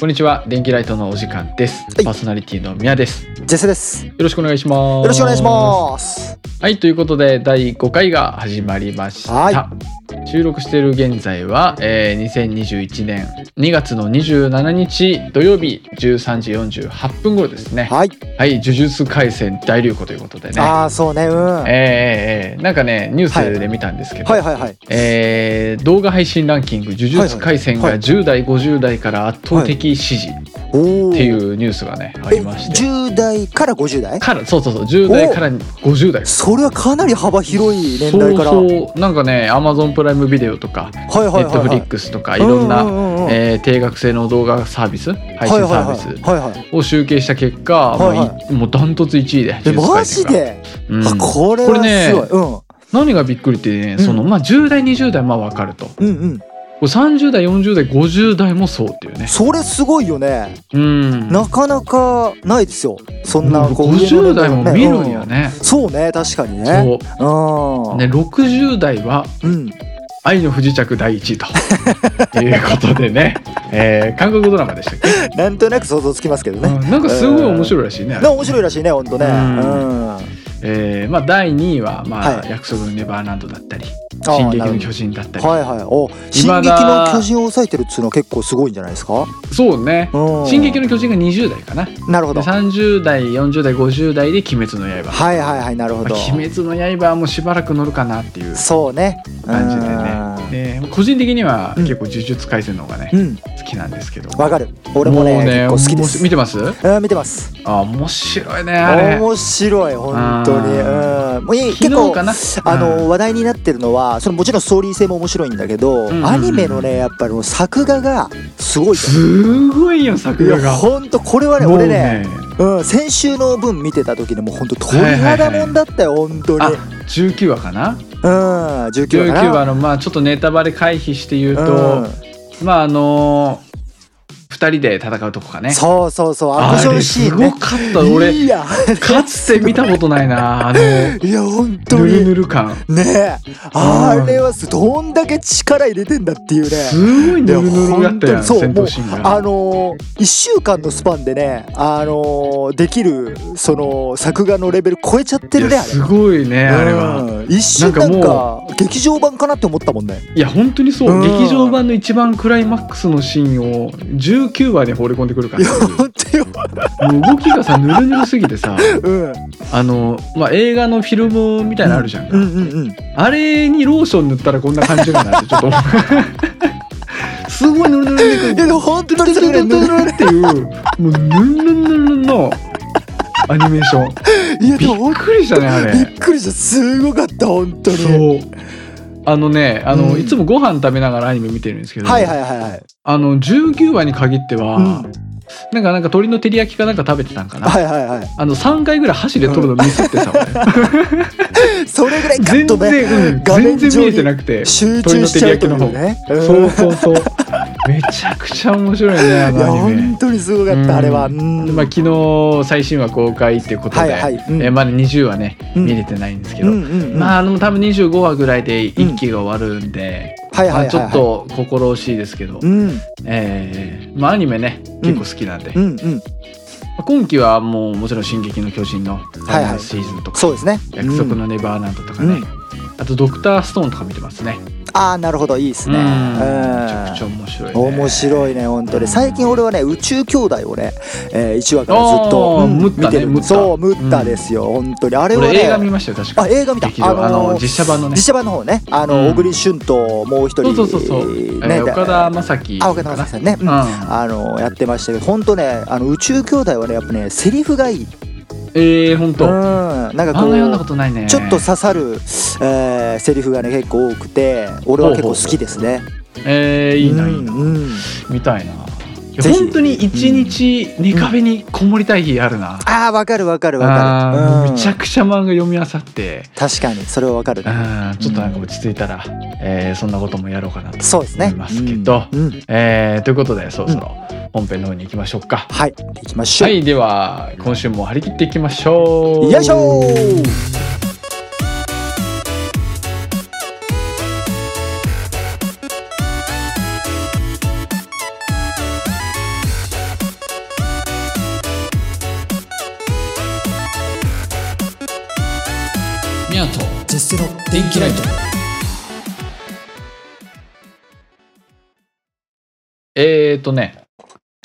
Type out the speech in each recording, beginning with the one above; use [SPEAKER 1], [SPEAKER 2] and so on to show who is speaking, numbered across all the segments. [SPEAKER 1] こんにちは電気ライトのお時間です、
[SPEAKER 2] はい
[SPEAKER 1] パーソナリティの宮ですよ
[SPEAKER 2] ジェスです。よ
[SPEAKER 1] ろしくお願いします
[SPEAKER 2] ろしくお願いします。
[SPEAKER 1] すはいということで第5回が始まりました、
[SPEAKER 2] は
[SPEAKER 1] 収録している現在は、えー2021年2月の27日土曜日13時48分頃ですね
[SPEAKER 2] はい。
[SPEAKER 1] はい呪術廻戦大流行ということでね
[SPEAKER 2] ああ、そうね。うん。は
[SPEAKER 1] えー
[SPEAKER 2] い
[SPEAKER 1] えーえーなんかねニュースで見たんですけど、
[SPEAKER 2] はいはい。
[SPEAKER 1] えー動画配信ランキング「呪術廻戦」
[SPEAKER 2] はい
[SPEAKER 1] が
[SPEAKER 2] はい
[SPEAKER 1] 10代50代から圧倒的支持っ
[SPEAKER 2] おお。
[SPEAKER 1] ていうニュースがねあ
[SPEAKER 2] え、
[SPEAKER 1] りまして
[SPEAKER 2] 10代から50代
[SPEAKER 1] からそうそうそう10代から50代
[SPEAKER 2] それはかなり幅広い年代から。
[SPEAKER 1] そ
[SPEAKER 2] は
[SPEAKER 1] う
[SPEAKER 2] い
[SPEAKER 1] そうなんかねアマゾンプライムビデオとか
[SPEAKER 2] はいは
[SPEAKER 1] ネ
[SPEAKER 2] いは
[SPEAKER 1] ッ
[SPEAKER 2] い。
[SPEAKER 1] トフリックスとかい
[SPEAKER 2] うんう
[SPEAKER 1] ろん
[SPEAKER 2] ん
[SPEAKER 1] な、
[SPEAKER 2] うんうん
[SPEAKER 1] えー定額制の動画サービス配信サービス、
[SPEAKER 2] はいはいはいはいはい。
[SPEAKER 1] を集計した結果、
[SPEAKER 2] はいはい
[SPEAKER 1] もういもうダントツ1位で呪
[SPEAKER 2] え、
[SPEAKER 1] 術
[SPEAKER 2] マ
[SPEAKER 1] 廻戦
[SPEAKER 2] ジ
[SPEAKER 1] が
[SPEAKER 2] で、
[SPEAKER 1] うん
[SPEAKER 2] あ、これは
[SPEAKER 1] これね
[SPEAKER 2] すごい。うん。
[SPEAKER 1] 何がびっくりってね、
[SPEAKER 2] うん
[SPEAKER 1] そのまあ10代20代まあ分かるとこ
[SPEAKER 2] うんうん、
[SPEAKER 1] れ30代40代50代もそうっていうね
[SPEAKER 2] それすごいよね、
[SPEAKER 1] うん
[SPEAKER 2] なかなかないですよそんな
[SPEAKER 1] もう
[SPEAKER 2] こう
[SPEAKER 1] 50代も見るん
[SPEAKER 2] よ
[SPEAKER 1] や、ね
[SPEAKER 2] うんそうね確かにね
[SPEAKER 1] そう
[SPEAKER 2] うん
[SPEAKER 1] ね60代は
[SPEAKER 2] うん
[SPEAKER 1] 愛の不時着第1位ということで ね、えー韓国ドラマでしたっけ、
[SPEAKER 2] なんとなく想像つきますけどね、
[SPEAKER 1] うんなんかすごい面白いらしいね、
[SPEAKER 2] なんか面白いらしいね、ほんとね。
[SPEAKER 1] う
[SPEAKER 2] うんん。
[SPEAKER 1] えーまあ、第2位は、まあ
[SPEAKER 2] はい
[SPEAKER 1] 約束のネバーランドだったり「
[SPEAKER 2] あー
[SPEAKER 1] 進撃の巨人」だったり、
[SPEAKER 2] はいはい。お、進
[SPEAKER 1] 未
[SPEAKER 2] 撃
[SPEAKER 1] だ
[SPEAKER 2] の巨人を抑えてるっつうのは結構すごいんじゃないですか。
[SPEAKER 1] そうね
[SPEAKER 2] う
[SPEAKER 1] 「
[SPEAKER 2] ん。
[SPEAKER 1] 進撃の巨人」が20代かなで
[SPEAKER 2] なるほど。はい
[SPEAKER 1] 30代40代50代で「鬼滅の刃」
[SPEAKER 2] はいはい、なるほ
[SPEAKER 1] ま
[SPEAKER 2] ど。
[SPEAKER 1] あ鬼滅の刃」はもうしばらく乗るかなっていう
[SPEAKER 2] そうね。
[SPEAKER 1] 感じでねね個人的には結構「呪術廻戦」の方がね、
[SPEAKER 2] うん。うん。
[SPEAKER 1] 好きなんですけど
[SPEAKER 2] わかる。俺もね、結構好きで
[SPEAKER 1] もう
[SPEAKER 2] す。
[SPEAKER 1] 見てます
[SPEAKER 2] うん、見てます。
[SPEAKER 1] あ面白いねあれ
[SPEAKER 2] 面白い、本当に。
[SPEAKER 1] あ
[SPEAKER 2] うん。もういい結
[SPEAKER 1] 昨日
[SPEAKER 2] 構
[SPEAKER 1] か。な
[SPEAKER 2] あ
[SPEAKER 1] うん
[SPEAKER 2] の話題になってるのはそれもちろんストーリー性も面白いんだけど、
[SPEAKER 1] うんうん
[SPEAKER 2] アニメのねやっぱりもう作画がすごいと
[SPEAKER 1] すごいよ作
[SPEAKER 2] い
[SPEAKER 1] 画
[SPEAKER 2] や
[SPEAKER 1] が
[SPEAKER 2] ほんとこれはね
[SPEAKER 1] もう
[SPEAKER 2] 俺ねうん、先週の分見てた時でもう本当鳥肌もんだったよ、本当に。
[SPEAKER 1] あ19話かな
[SPEAKER 2] うん、19
[SPEAKER 1] 19
[SPEAKER 2] 話かな。
[SPEAKER 1] 話のまあちょっとネタバレ回避して言う
[SPEAKER 2] う
[SPEAKER 1] と
[SPEAKER 2] ん
[SPEAKER 1] まああのー二人で戦うとこかね
[SPEAKER 2] そうそうそう、ア
[SPEAKER 1] あ
[SPEAKER 2] クショ
[SPEAKER 1] れ
[SPEAKER 2] ンシ
[SPEAKER 1] す
[SPEAKER 2] ーンね
[SPEAKER 1] ご。かった俺
[SPEAKER 2] いや、
[SPEAKER 1] かつて見たことないなあのぬ
[SPEAKER 2] いや、本当
[SPEAKER 1] る
[SPEAKER 2] に。
[SPEAKER 1] ぬる感
[SPEAKER 2] ねえ、あれはすどんだけ力入れてんだっていうね。
[SPEAKER 1] すごいぬるぬるやった
[SPEAKER 2] いや
[SPEAKER 1] や
[SPEAKER 2] 本当
[SPEAKER 1] ん
[SPEAKER 2] にそう
[SPEAKER 1] 戦闘シーン
[SPEAKER 2] あ
[SPEAKER 1] が
[SPEAKER 2] のー、1週間のスパンでね、あのー、できるその作画のレベル超えちゃってる
[SPEAKER 1] い
[SPEAKER 2] ね
[SPEAKER 1] や
[SPEAKER 2] あ
[SPEAKER 1] すごいね
[SPEAKER 2] れ
[SPEAKER 1] あれは
[SPEAKER 2] うん一瞬
[SPEAKER 1] な
[SPEAKER 2] なん
[SPEAKER 1] かもうん
[SPEAKER 2] か劇場版かなって思ったもんね
[SPEAKER 1] いや本当にそう
[SPEAKER 2] うん
[SPEAKER 1] 劇場版の一番クライマックスのシーンを19話に放り込んでくるから
[SPEAKER 2] いや本当よ、
[SPEAKER 1] もう動きがさぬるぬるすぎて さ
[SPEAKER 2] うん、
[SPEAKER 1] あの、まあ、映画のフィルムみたいなのあるじゃんか、
[SPEAKER 2] うんうんうん
[SPEAKER 1] あれにローション塗ったらこんな感じかなってちょっと思う すごいぬるぬる
[SPEAKER 2] いやでも本当にそれ
[SPEAKER 1] ぬるぬるぬるぬ
[SPEAKER 2] ね
[SPEAKER 1] るっていうもうぬるぬるぬるのアニメーション
[SPEAKER 2] いやで
[SPEAKER 1] び
[SPEAKER 2] も
[SPEAKER 1] っくりしたねあ
[SPEAKER 2] び
[SPEAKER 1] れ
[SPEAKER 2] っくりしたすごかった本当に
[SPEAKER 1] そうあのねあの、
[SPEAKER 2] うん
[SPEAKER 1] いつもご飯食べながらアニメ見てるんですけど、
[SPEAKER 2] はいはいはいはい
[SPEAKER 1] あの19話に限っては、
[SPEAKER 2] うん
[SPEAKER 1] なんかなんか鶏の照り焼きかなんか食べてたんかな、
[SPEAKER 2] はいはいは
[SPEAKER 1] あの3回ぐらい箸で取るのミスってさ、俺
[SPEAKER 2] いそれぐらいガ
[SPEAKER 1] 全
[SPEAKER 2] ッとね
[SPEAKER 1] 然、うん
[SPEAKER 2] 画面
[SPEAKER 1] 全
[SPEAKER 2] 上
[SPEAKER 1] 然
[SPEAKER 2] に
[SPEAKER 1] 見えてなくて、
[SPEAKER 2] 集中しちゃうというね
[SPEAKER 1] そ
[SPEAKER 2] うん
[SPEAKER 1] うそうそうめちゃくちゃ面白いねあ
[SPEAKER 2] いや
[SPEAKER 1] のアニメ
[SPEAKER 2] 本当にすごかったあれは
[SPEAKER 1] う
[SPEAKER 2] うん
[SPEAKER 1] まあ、昨日最新話公開っていうことで、
[SPEAKER 2] はいはいうん
[SPEAKER 1] えーまだ20話ね、
[SPEAKER 2] うん
[SPEAKER 1] 見れてないんですけ
[SPEAKER 2] う
[SPEAKER 1] ど、
[SPEAKER 2] んうんうん
[SPEAKER 1] まああの多分25話ぐらいで一期が終わるんで、
[SPEAKER 2] はい
[SPEAKER 1] ま
[SPEAKER 2] は
[SPEAKER 1] あ、
[SPEAKER 2] い
[SPEAKER 1] ちょっ
[SPEAKER 2] はいは
[SPEAKER 1] と心惜しいですけど、
[SPEAKER 2] いうん
[SPEAKER 1] えーまあアニメね結構好きなんで、
[SPEAKER 2] うんうん
[SPEAKER 1] 今期はもうもちろん「進撃の巨人」のファイナルシーズンとか、
[SPEAKER 2] そうですね
[SPEAKER 1] 約束
[SPEAKER 2] うん
[SPEAKER 1] のネバーランド」とかね、
[SPEAKER 2] うん
[SPEAKER 1] あと「ドクターストーン」とか見てますね。
[SPEAKER 2] ああなるほどいいですね
[SPEAKER 1] う
[SPEAKER 2] うんん
[SPEAKER 1] めちゃくちゃ面白い、ね。
[SPEAKER 2] 面白いね本当に最近俺はね宇宙兄弟をねえー一話からずっ
[SPEAKER 1] あー
[SPEAKER 2] とうん
[SPEAKER 1] ムッタね
[SPEAKER 2] 見てる
[SPEAKER 1] ムッタ
[SPEAKER 2] そうムッタですよ本当にあれは
[SPEAKER 1] 俺映画
[SPEAKER 2] ね
[SPEAKER 1] 見ましたよ確か
[SPEAKER 2] あ映画見た
[SPEAKER 1] 劇場あの
[SPEAKER 2] ー
[SPEAKER 1] 実写版のね
[SPEAKER 2] 実写版の方ねあの、
[SPEAKER 1] うん
[SPEAKER 2] 小栗旬ともう一人
[SPEAKER 1] そうそうそうそう、えー
[SPEAKER 2] ね
[SPEAKER 1] 岡田将生
[SPEAKER 2] あ岡田将生さんね、うん
[SPEAKER 1] うん
[SPEAKER 2] あのやってましたけど本当ねあの宇宙兄弟はねやっぱねセリフがいい、
[SPEAKER 1] ええー、ほん
[SPEAKER 2] う
[SPEAKER 1] と
[SPEAKER 2] ん、
[SPEAKER 1] 漫
[SPEAKER 2] なん
[SPEAKER 1] 画
[SPEAKER 2] かこ
[SPEAKER 1] 読んだこ
[SPEAKER 2] う
[SPEAKER 1] とないね
[SPEAKER 2] ちょっと刺さる、えー、セリフがね結構多くて俺は結構好きですね
[SPEAKER 1] えー、いいな
[SPEAKER 2] う
[SPEAKER 1] い
[SPEAKER 2] ん
[SPEAKER 1] いな、
[SPEAKER 2] うん
[SPEAKER 1] 見たいないや
[SPEAKER 2] ぜひ
[SPEAKER 1] 本当に一日寝かべにこもりたい日あるな、
[SPEAKER 2] ああわかるわかるわ
[SPEAKER 1] あー
[SPEAKER 2] かる、うん、
[SPEAKER 1] めちゃくちゃ漫画読みあさって
[SPEAKER 2] 確かにそれはわかる
[SPEAKER 1] うんちょっとなんか落ち着いたら、えーそんなこともやろうかなと
[SPEAKER 2] そうですね
[SPEAKER 1] 思いますけど
[SPEAKER 2] うんうん
[SPEAKER 1] えーということでそろそろ本編の方に行きましょうか、
[SPEAKER 2] はい行きましょ
[SPEAKER 1] は
[SPEAKER 2] う、
[SPEAKER 1] いでは今週も張り切っていきましょう
[SPEAKER 2] よいしょー
[SPEAKER 1] 「ミヤと
[SPEAKER 2] 絶世の
[SPEAKER 1] 電気ライト。えーとね、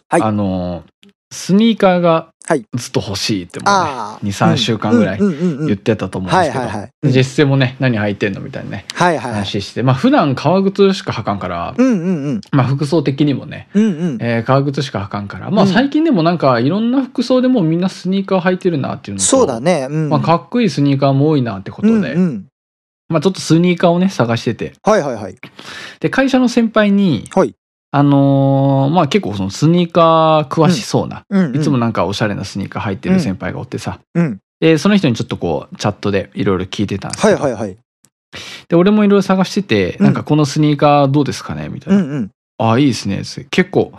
[SPEAKER 2] はい
[SPEAKER 1] あのースニーカーが
[SPEAKER 2] はい
[SPEAKER 1] ずっと欲しいってもうね、
[SPEAKER 2] ああ
[SPEAKER 1] 二三週間ぐらい
[SPEAKER 2] うんうんうんうん
[SPEAKER 1] 言ってたと思うんですけ
[SPEAKER 2] はいはいはい
[SPEAKER 1] ど、実際もね、何履いてんのみたいなね、
[SPEAKER 2] はいはいはい
[SPEAKER 1] 話して、まあ普段革靴しか履かんから、
[SPEAKER 2] うんうんうん
[SPEAKER 1] まあ服装的にもね、
[SPEAKER 2] うんうん
[SPEAKER 1] えー革靴しか履かんから、まあ
[SPEAKER 2] うん
[SPEAKER 1] 最近でもなんかいろんな服装でもうみんなスニーカー履いてるなっていうのと、
[SPEAKER 2] そうだねうん
[SPEAKER 1] まあかっこいいスニーカーも多いなってことで、
[SPEAKER 2] うんうん
[SPEAKER 1] まあちょっとスニーカーをね、探してて、
[SPEAKER 2] はいはいはい
[SPEAKER 1] で会社の先輩に、
[SPEAKER 2] はい
[SPEAKER 1] あのーまあ結構そのスニーカー詳しそうな、
[SPEAKER 2] うんうん
[SPEAKER 1] いつもなんかおしゃれなスニーカー入ってる先輩がおってさ、
[SPEAKER 2] うん
[SPEAKER 1] でその人にちょっとこうチャットでいろいろ聞いてたんです
[SPEAKER 2] は
[SPEAKER 1] け
[SPEAKER 2] い
[SPEAKER 1] ど、
[SPEAKER 2] はいはい
[SPEAKER 1] で俺もいろいろ探してて、
[SPEAKER 2] うん
[SPEAKER 1] なんかこのスニーカーどうですかねみたいうな、
[SPEAKER 2] んうん
[SPEAKER 1] ああいいですねつって結構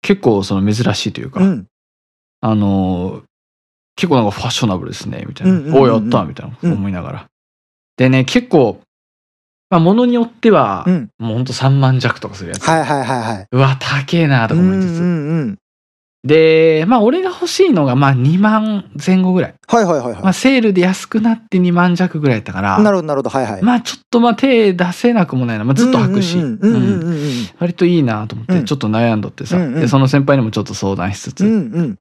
[SPEAKER 1] 結構その珍しいというか、
[SPEAKER 2] うん
[SPEAKER 1] あのー結構なんかファッショナブルですねみたいな、
[SPEAKER 2] うんうんうんうん
[SPEAKER 1] おやったみたいな思いながら、でね結構まあ物によっては、
[SPEAKER 2] うん
[SPEAKER 1] もうほんと3万弱とかするやつ、
[SPEAKER 2] はいはいはいは
[SPEAKER 1] うわ高えないとか思いつつ、
[SPEAKER 2] うんうんうん
[SPEAKER 1] で、まあ俺が欲しいのがまあ2万前後ぐらい。
[SPEAKER 2] はいはいはい
[SPEAKER 1] ま
[SPEAKER 2] は
[SPEAKER 1] あセールで安くなって2万弱ぐらいだったから、
[SPEAKER 2] いなるほどなるほどはいはい
[SPEAKER 1] まあちょっとまあ手出せなくもないな。まあずっと履くし、
[SPEAKER 2] うんうんうん
[SPEAKER 1] うん
[SPEAKER 2] うんうん
[SPEAKER 1] 割といいなと思っ
[SPEAKER 2] う
[SPEAKER 1] て
[SPEAKER 2] ん
[SPEAKER 1] ちょっと悩んどってさ、
[SPEAKER 2] うんうん
[SPEAKER 1] でその先輩にもちょっと相談しつつ、
[SPEAKER 2] うんうん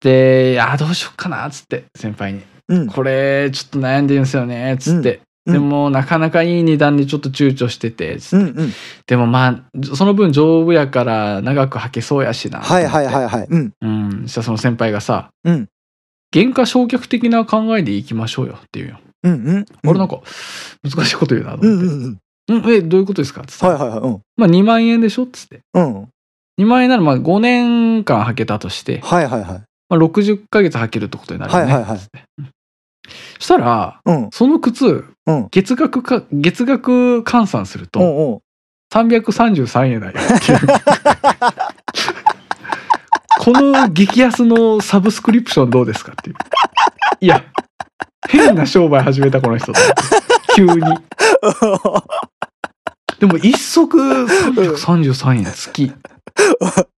[SPEAKER 1] で、あーどうしよっかなっつって先輩に、
[SPEAKER 2] うん
[SPEAKER 1] これちょっと悩んでるんですよねっつって、
[SPEAKER 2] うん
[SPEAKER 1] でもなかなかいい値段でちょっと躊躇しててつって、
[SPEAKER 2] うんうん
[SPEAKER 1] でもまあその分丈夫やから長く履けそうやしなと思
[SPEAKER 2] は
[SPEAKER 1] って。
[SPEAKER 2] いはいはいはいうん
[SPEAKER 1] うん、そしたらその先輩がさ、
[SPEAKER 2] うん
[SPEAKER 1] 原価償却的な考えでいきましょうよっていうよ。
[SPEAKER 2] うんうん
[SPEAKER 1] 俺なんか、難しいこと言うなと
[SPEAKER 2] う
[SPEAKER 1] 思っ
[SPEAKER 2] ん
[SPEAKER 1] て。
[SPEAKER 2] う
[SPEAKER 1] うんん
[SPEAKER 2] うん
[SPEAKER 1] え、どういうことですかっつって、
[SPEAKER 2] はいはいはいうん
[SPEAKER 1] まあ2万円でしょっつって。
[SPEAKER 2] うん
[SPEAKER 1] 2万円ならまあ5年間履けたとして、
[SPEAKER 2] はいはいはい
[SPEAKER 1] まあ、60ヶ月履けるってことになるよね。
[SPEAKER 2] はいはいはい
[SPEAKER 1] つってうんそしたら、
[SPEAKER 2] うん
[SPEAKER 1] その靴、
[SPEAKER 2] うん
[SPEAKER 1] 月額か、月額換算する
[SPEAKER 2] う
[SPEAKER 1] と、
[SPEAKER 2] んうん
[SPEAKER 1] 333円だよっていうこの激安のサブスクリプションどうですかっていう。いや、変な商売始めたこの人と思って急に。でも一足333円月。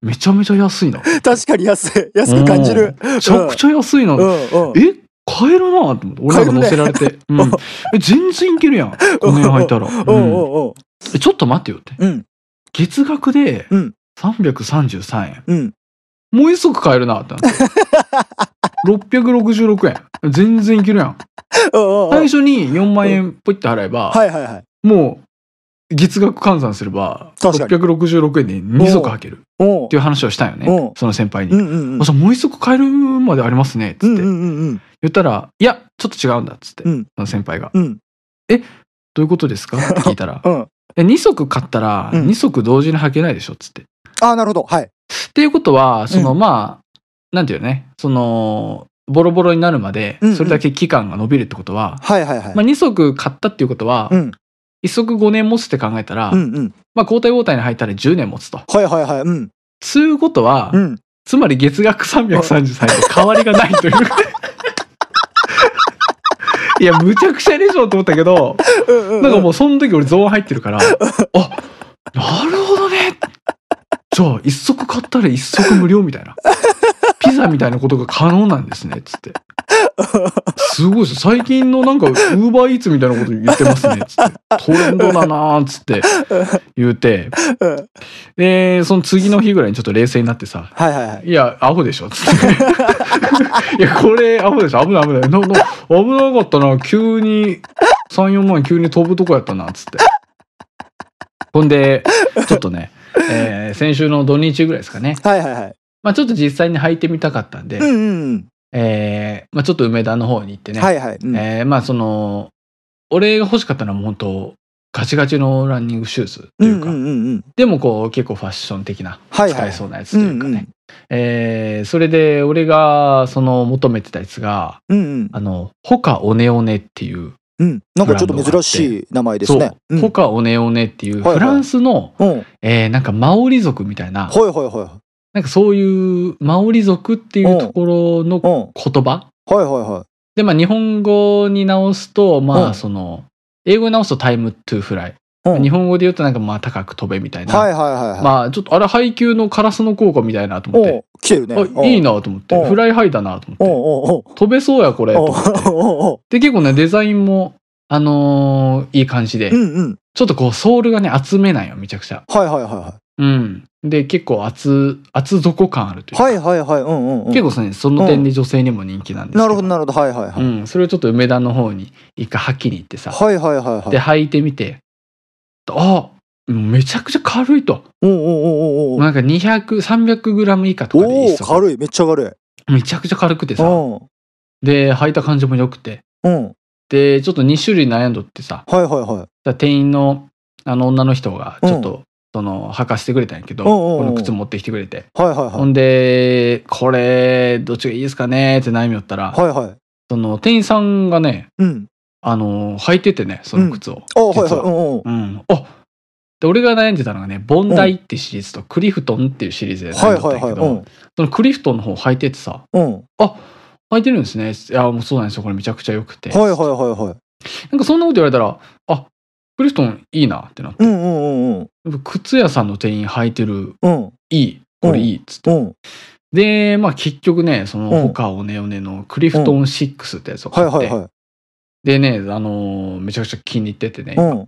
[SPEAKER 1] めちゃめちゃ安いな。め
[SPEAKER 2] 確かに安い安く感じる
[SPEAKER 1] ちゃくちゃ安いな。
[SPEAKER 2] うんうん
[SPEAKER 1] え買えるなと思って。俺なんか乗せられて。うん、え全然いけるやん。5年履いたら。
[SPEAKER 2] おう
[SPEAKER 1] うん
[SPEAKER 2] おうおう
[SPEAKER 1] えちょっと待ってよって。
[SPEAKER 2] うん
[SPEAKER 1] 月額で
[SPEAKER 2] うん
[SPEAKER 1] 333円。
[SPEAKER 2] うん
[SPEAKER 1] もう一足買えるなってなって。666円。全然いけるやん。
[SPEAKER 2] おうおうおう
[SPEAKER 1] 最初に4万円ポイって払えば、
[SPEAKER 2] はいはいはい
[SPEAKER 1] もう月額換算すれば、
[SPEAKER 2] 確かに
[SPEAKER 1] 666円で2足履けるっ
[SPEAKER 2] おう
[SPEAKER 1] ていう話をしたよ
[SPEAKER 2] お
[SPEAKER 1] ね
[SPEAKER 2] う。
[SPEAKER 1] その先輩
[SPEAKER 2] う
[SPEAKER 1] に。
[SPEAKER 2] んうんうん
[SPEAKER 1] あじゃあもう一足買えるまでありますね。つ
[SPEAKER 2] う
[SPEAKER 1] っ
[SPEAKER 2] ん
[SPEAKER 1] て
[SPEAKER 2] う。んうん
[SPEAKER 1] 言ったら、いや、ちょっと違うんだ。っつって。
[SPEAKER 2] う
[SPEAKER 1] そ
[SPEAKER 2] ん
[SPEAKER 1] の先輩が。
[SPEAKER 2] うん。
[SPEAKER 1] どういうことですかって聞いたら
[SPEAKER 2] うん
[SPEAKER 1] え2足買ったら
[SPEAKER 2] うん
[SPEAKER 1] 2足同時に履けないでしょ。つって。
[SPEAKER 2] ああなるほどはい
[SPEAKER 1] っていうことは、その、
[SPEAKER 2] うん
[SPEAKER 1] まあ、なんていうのね、その、ボロボロになるまで
[SPEAKER 2] うんう、ん
[SPEAKER 1] それだけ期間が伸びるってことは、
[SPEAKER 2] はいはいはい
[SPEAKER 1] まあ、2足買ったっていうことは、
[SPEAKER 2] うん
[SPEAKER 1] 1足5年持つって考えたら、
[SPEAKER 2] うんうん
[SPEAKER 1] まあ、交代交代に入ったら10年持つと。
[SPEAKER 2] はいはいはいうん
[SPEAKER 1] そういうことは、
[SPEAKER 2] うん
[SPEAKER 1] つまり月額333円で変わりがないという。 いや、むちゃくちゃでしょと思ったけど、
[SPEAKER 2] うんうん
[SPEAKER 1] なんかもうその時俺ゾーン入ってる から、あ、なるほどね。じゃあ一足買ったら一足無料みたいな。ピザみたいなことが可能なんですね、つって。すごいです。最近のなんか、ウーバーイーツみたいなこと言ってますね、つって。トレンドだなー、つって言うて。
[SPEAKER 2] うんうん
[SPEAKER 1] で、その次の日ぐらいにちょっと冷静になってさ、
[SPEAKER 2] はいはいはい
[SPEAKER 1] いや、アホでしょ、つ って。いや、これ、アホでしょ、危ない危ない。なな危なかったな、急に、3、4万急に飛ぶとこやったな、つって。ほんで、ちょっとね、えー先週の土日ぐらいですかね。
[SPEAKER 2] はいはいはい
[SPEAKER 1] まあちょっと実際に履いてみたかったんで、
[SPEAKER 2] うんうん
[SPEAKER 1] えーまあちょっと梅田の方に行って
[SPEAKER 2] う
[SPEAKER 1] ね、
[SPEAKER 2] んはいはいうん
[SPEAKER 1] えーまあその、俺が欲しかったのはもう本当、ガチガチのランニングシューズと
[SPEAKER 2] う
[SPEAKER 1] いうん
[SPEAKER 2] う
[SPEAKER 1] か、
[SPEAKER 2] んうんうん
[SPEAKER 1] でもこう結構ファッション的な、
[SPEAKER 2] はいはい
[SPEAKER 1] 使えそうなやつというかね。
[SPEAKER 2] うんうん
[SPEAKER 1] えーそれで俺がその求めてたやつが
[SPEAKER 2] うんうん
[SPEAKER 1] あのホカオネオネっていう
[SPEAKER 2] うんなんかちょっと珍しい名前ですね
[SPEAKER 1] そう
[SPEAKER 2] うん
[SPEAKER 1] ホカオネオネっていう
[SPEAKER 2] はいはい
[SPEAKER 1] フランスの、
[SPEAKER 2] うん
[SPEAKER 1] えーなんかマオリ族みたいな
[SPEAKER 2] はいはいは
[SPEAKER 1] なんかそういうマオリ族っていうところの
[SPEAKER 2] いうん
[SPEAKER 1] 言葉
[SPEAKER 2] はいはいはい
[SPEAKER 1] でまあ日本語に直すとま
[SPEAKER 2] う
[SPEAKER 1] あ
[SPEAKER 2] ん
[SPEAKER 1] その英語に直すとタイムトゥーフライ
[SPEAKER 2] うん
[SPEAKER 1] 日本語で言うとなんかまあ高く飛べみたいな、
[SPEAKER 2] はいはいはいはい。
[SPEAKER 1] まあちょっとあれ配給のカラスの効果みたいなと思っ
[SPEAKER 2] お
[SPEAKER 1] て
[SPEAKER 2] う来てるね。
[SPEAKER 1] あいいなと思って
[SPEAKER 2] うん
[SPEAKER 1] フライハイだなと
[SPEAKER 2] おう
[SPEAKER 1] 思って
[SPEAKER 2] おうおう
[SPEAKER 1] 飛べそうやこれ
[SPEAKER 2] おう
[SPEAKER 1] と
[SPEAKER 2] おう
[SPEAKER 1] で結構ねデザインもあのーいい感じで、
[SPEAKER 2] うんうん。
[SPEAKER 1] ちょっとこうソールがね厚めなんよめちゃくちゃ
[SPEAKER 2] はいはいはいは
[SPEAKER 1] うんで結構厚厚底感あるという
[SPEAKER 2] い。
[SPEAKER 1] か、
[SPEAKER 2] はいはいはい。うんうんうん。
[SPEAKER 1] 結構ねその点で女性にも人気なんですけど
[SPEAKER 2] なるほどなるほど。はいはいはい。
[SPEAKER 1] うん、それをちょっと梅田の方に一回履きに行ってさ、
[SPEAKER 2] はいはいはい
[SPEAKER 1] で
[SPEAKER 2] は
[SPEAKER 1] 履
[SPEAKER 2] い。
[SPEAKER 1] いてみてあめちゃくちゃ軽いと
[SPEAKER 2] おうおうおうおうおう
[SPEAKER 1] なんか200300グラム以下とかでい
[SPEAKER 2] お
[SPEAKER 1] いうっすよ
[SPEAKER 2] 軽いめっちゃ軽い。
[SPEAKER 1] めちゃくちゃ軽くて
[SPEAKER 2] う
[SPEAKER 1] さ
[SPEAKER 2] ん
[SPEAKER 1] で履いた感じも良くて
[SPEAKER 2] うん。
[SPEAKER 1] でちょっと2種類悩んどってさ
[SPEAKER 2] はいはいはい。
[SPEAKER 1] だ店員のあの女の人がちょっと、その履かせてくれたんやけど、
[SPEAKER 2] うんうんうん
[SPEAKER 1] この靴持ってきてくれて、
[SPEAKER 2] はいはい
[SPEAKER 1] ほ
[SPEAKER 2] はい。
[SPEAKER 1] んでこれどっちがいいですかねって悩みよったら、
[SPEAKER 2] はいはい。
[SPEAKER 1] その店員さんがね
[SPEAKER 2] うん。
[SPEAKER 1] あの履いててねその靴を、
[SPEAKER 2] あはいはい。
[SPEAKER 1] 実は
[SPEAKER 2] うんうん。
[SPEAKER 1] うん、あで俺が悩んでたのがねボンダイっていうシリーズとクリフトンっていうシリーズで
[SPEAKER 2] は
[SPEAKER 1] 悩ん
[SPEAKER 2] い
[SPEAKER 1] でたん
[SPEAKER 2] はい
[SPEAKER 1] やけど、
[SPEAKER 2] はい。うん
[SPEAKER 1] そのクリフトンの方履いててさ
[SPEAKER 2] うん。は
[SPEAKER 1] 履いてるんですねいやもうそうなんですよこれめちゃくちゃ良くて、
[SPEAKER 2] いはいはいはい。
[SPEAKER 1] なんかそんなこと言われたらあクリフトンいいなってなって
[SPEAKER 2] うんうんうん
[SPEAKER 1] 靴屋さんの店員履いてる
[SPEAKER 2] うん。うん
[SPEAKER 1] いいこれいいっつって、
[SPEAKER 2] うん。
[SPEAKER 1] でまあ結局ねその
[SPEAKER 2] うん
[SPEAKER 1] ホカオネオネのクリフトン6ってやつを買
[SPEAKER 2] はい
[SPEAKER 1] って、
[SPEAKER 2] はいは
[SPEAKER 1] でねあのーめちゃくちゃ気に入っててね、
[SPEAKER 2] い。うん。はい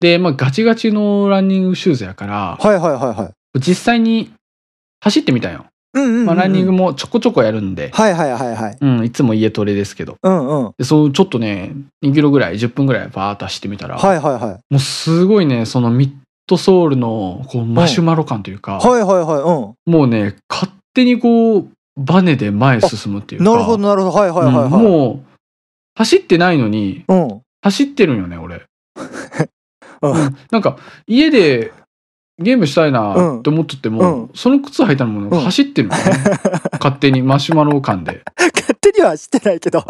[SPEAKER 1] でまあガチガチのランニングシューズやから
[SPEAKER 2] はいはいはい。
[SPEAKER 1] 実際に走ってみたんよ
[SPEAKER 2] うんうんうんうん。
[SPEAKER 1] まあ、ランニングもちょこちょこやるんで、
[SPEAKER 2] はいはいはいはい。
[SPEAKER 1] うん、いつも家トレですけど
[SPEAKER 2] うんうん。はい
[SPEAKER 1] でそうちょっとね2キロぐらい10分ぐらいバーッと走ってみたら、
[SPEAKER 2] はいはい。はい
[SPEAKER 1] もうすごいねそのミッドソールのこうマシュマロ感というか、
[SPEAKER 2] はいは
[SPEAKER 1] もうね勝手にこうバネで前へ進むっていう
[SPEAKER 2] い。うん。
[SPEAKER 1] か
[SPEAKER 2] なるほどなるほど。はいはいはいはい。
[SPEAKER 1] うんもう走ってないのに
[SPEAKER 2] うん。
[SPEAKER 1] 走ってるんよね俺、
[SPEAKER 2] うん
[SPEAKER 1] うんなんか家でゲームしたいなって思ってても、
[SPEAKER 2] うん
[SPEAKER 1] その靴履いたのも
[SPEAKER 2] うん
[SPEAKER 1] 走ってるのね、勝手にマシュマロ感で
[SPEAKER 2] 勝手にはしてな いけど。は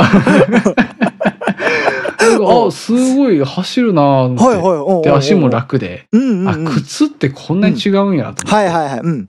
[SPEAKER 2] い うん
[SPEAKER 1] あすごい走るなぁと思って、
[SPEAKER 2] はい。うん
[SPEAKER 1] で足も。楽で、
[SPEAKER 2] うんうんうん。
[SPEAKER 1] あ靴ってこんなに違うんやと思って、
[SPEAKER 2] はいはいはい。うん。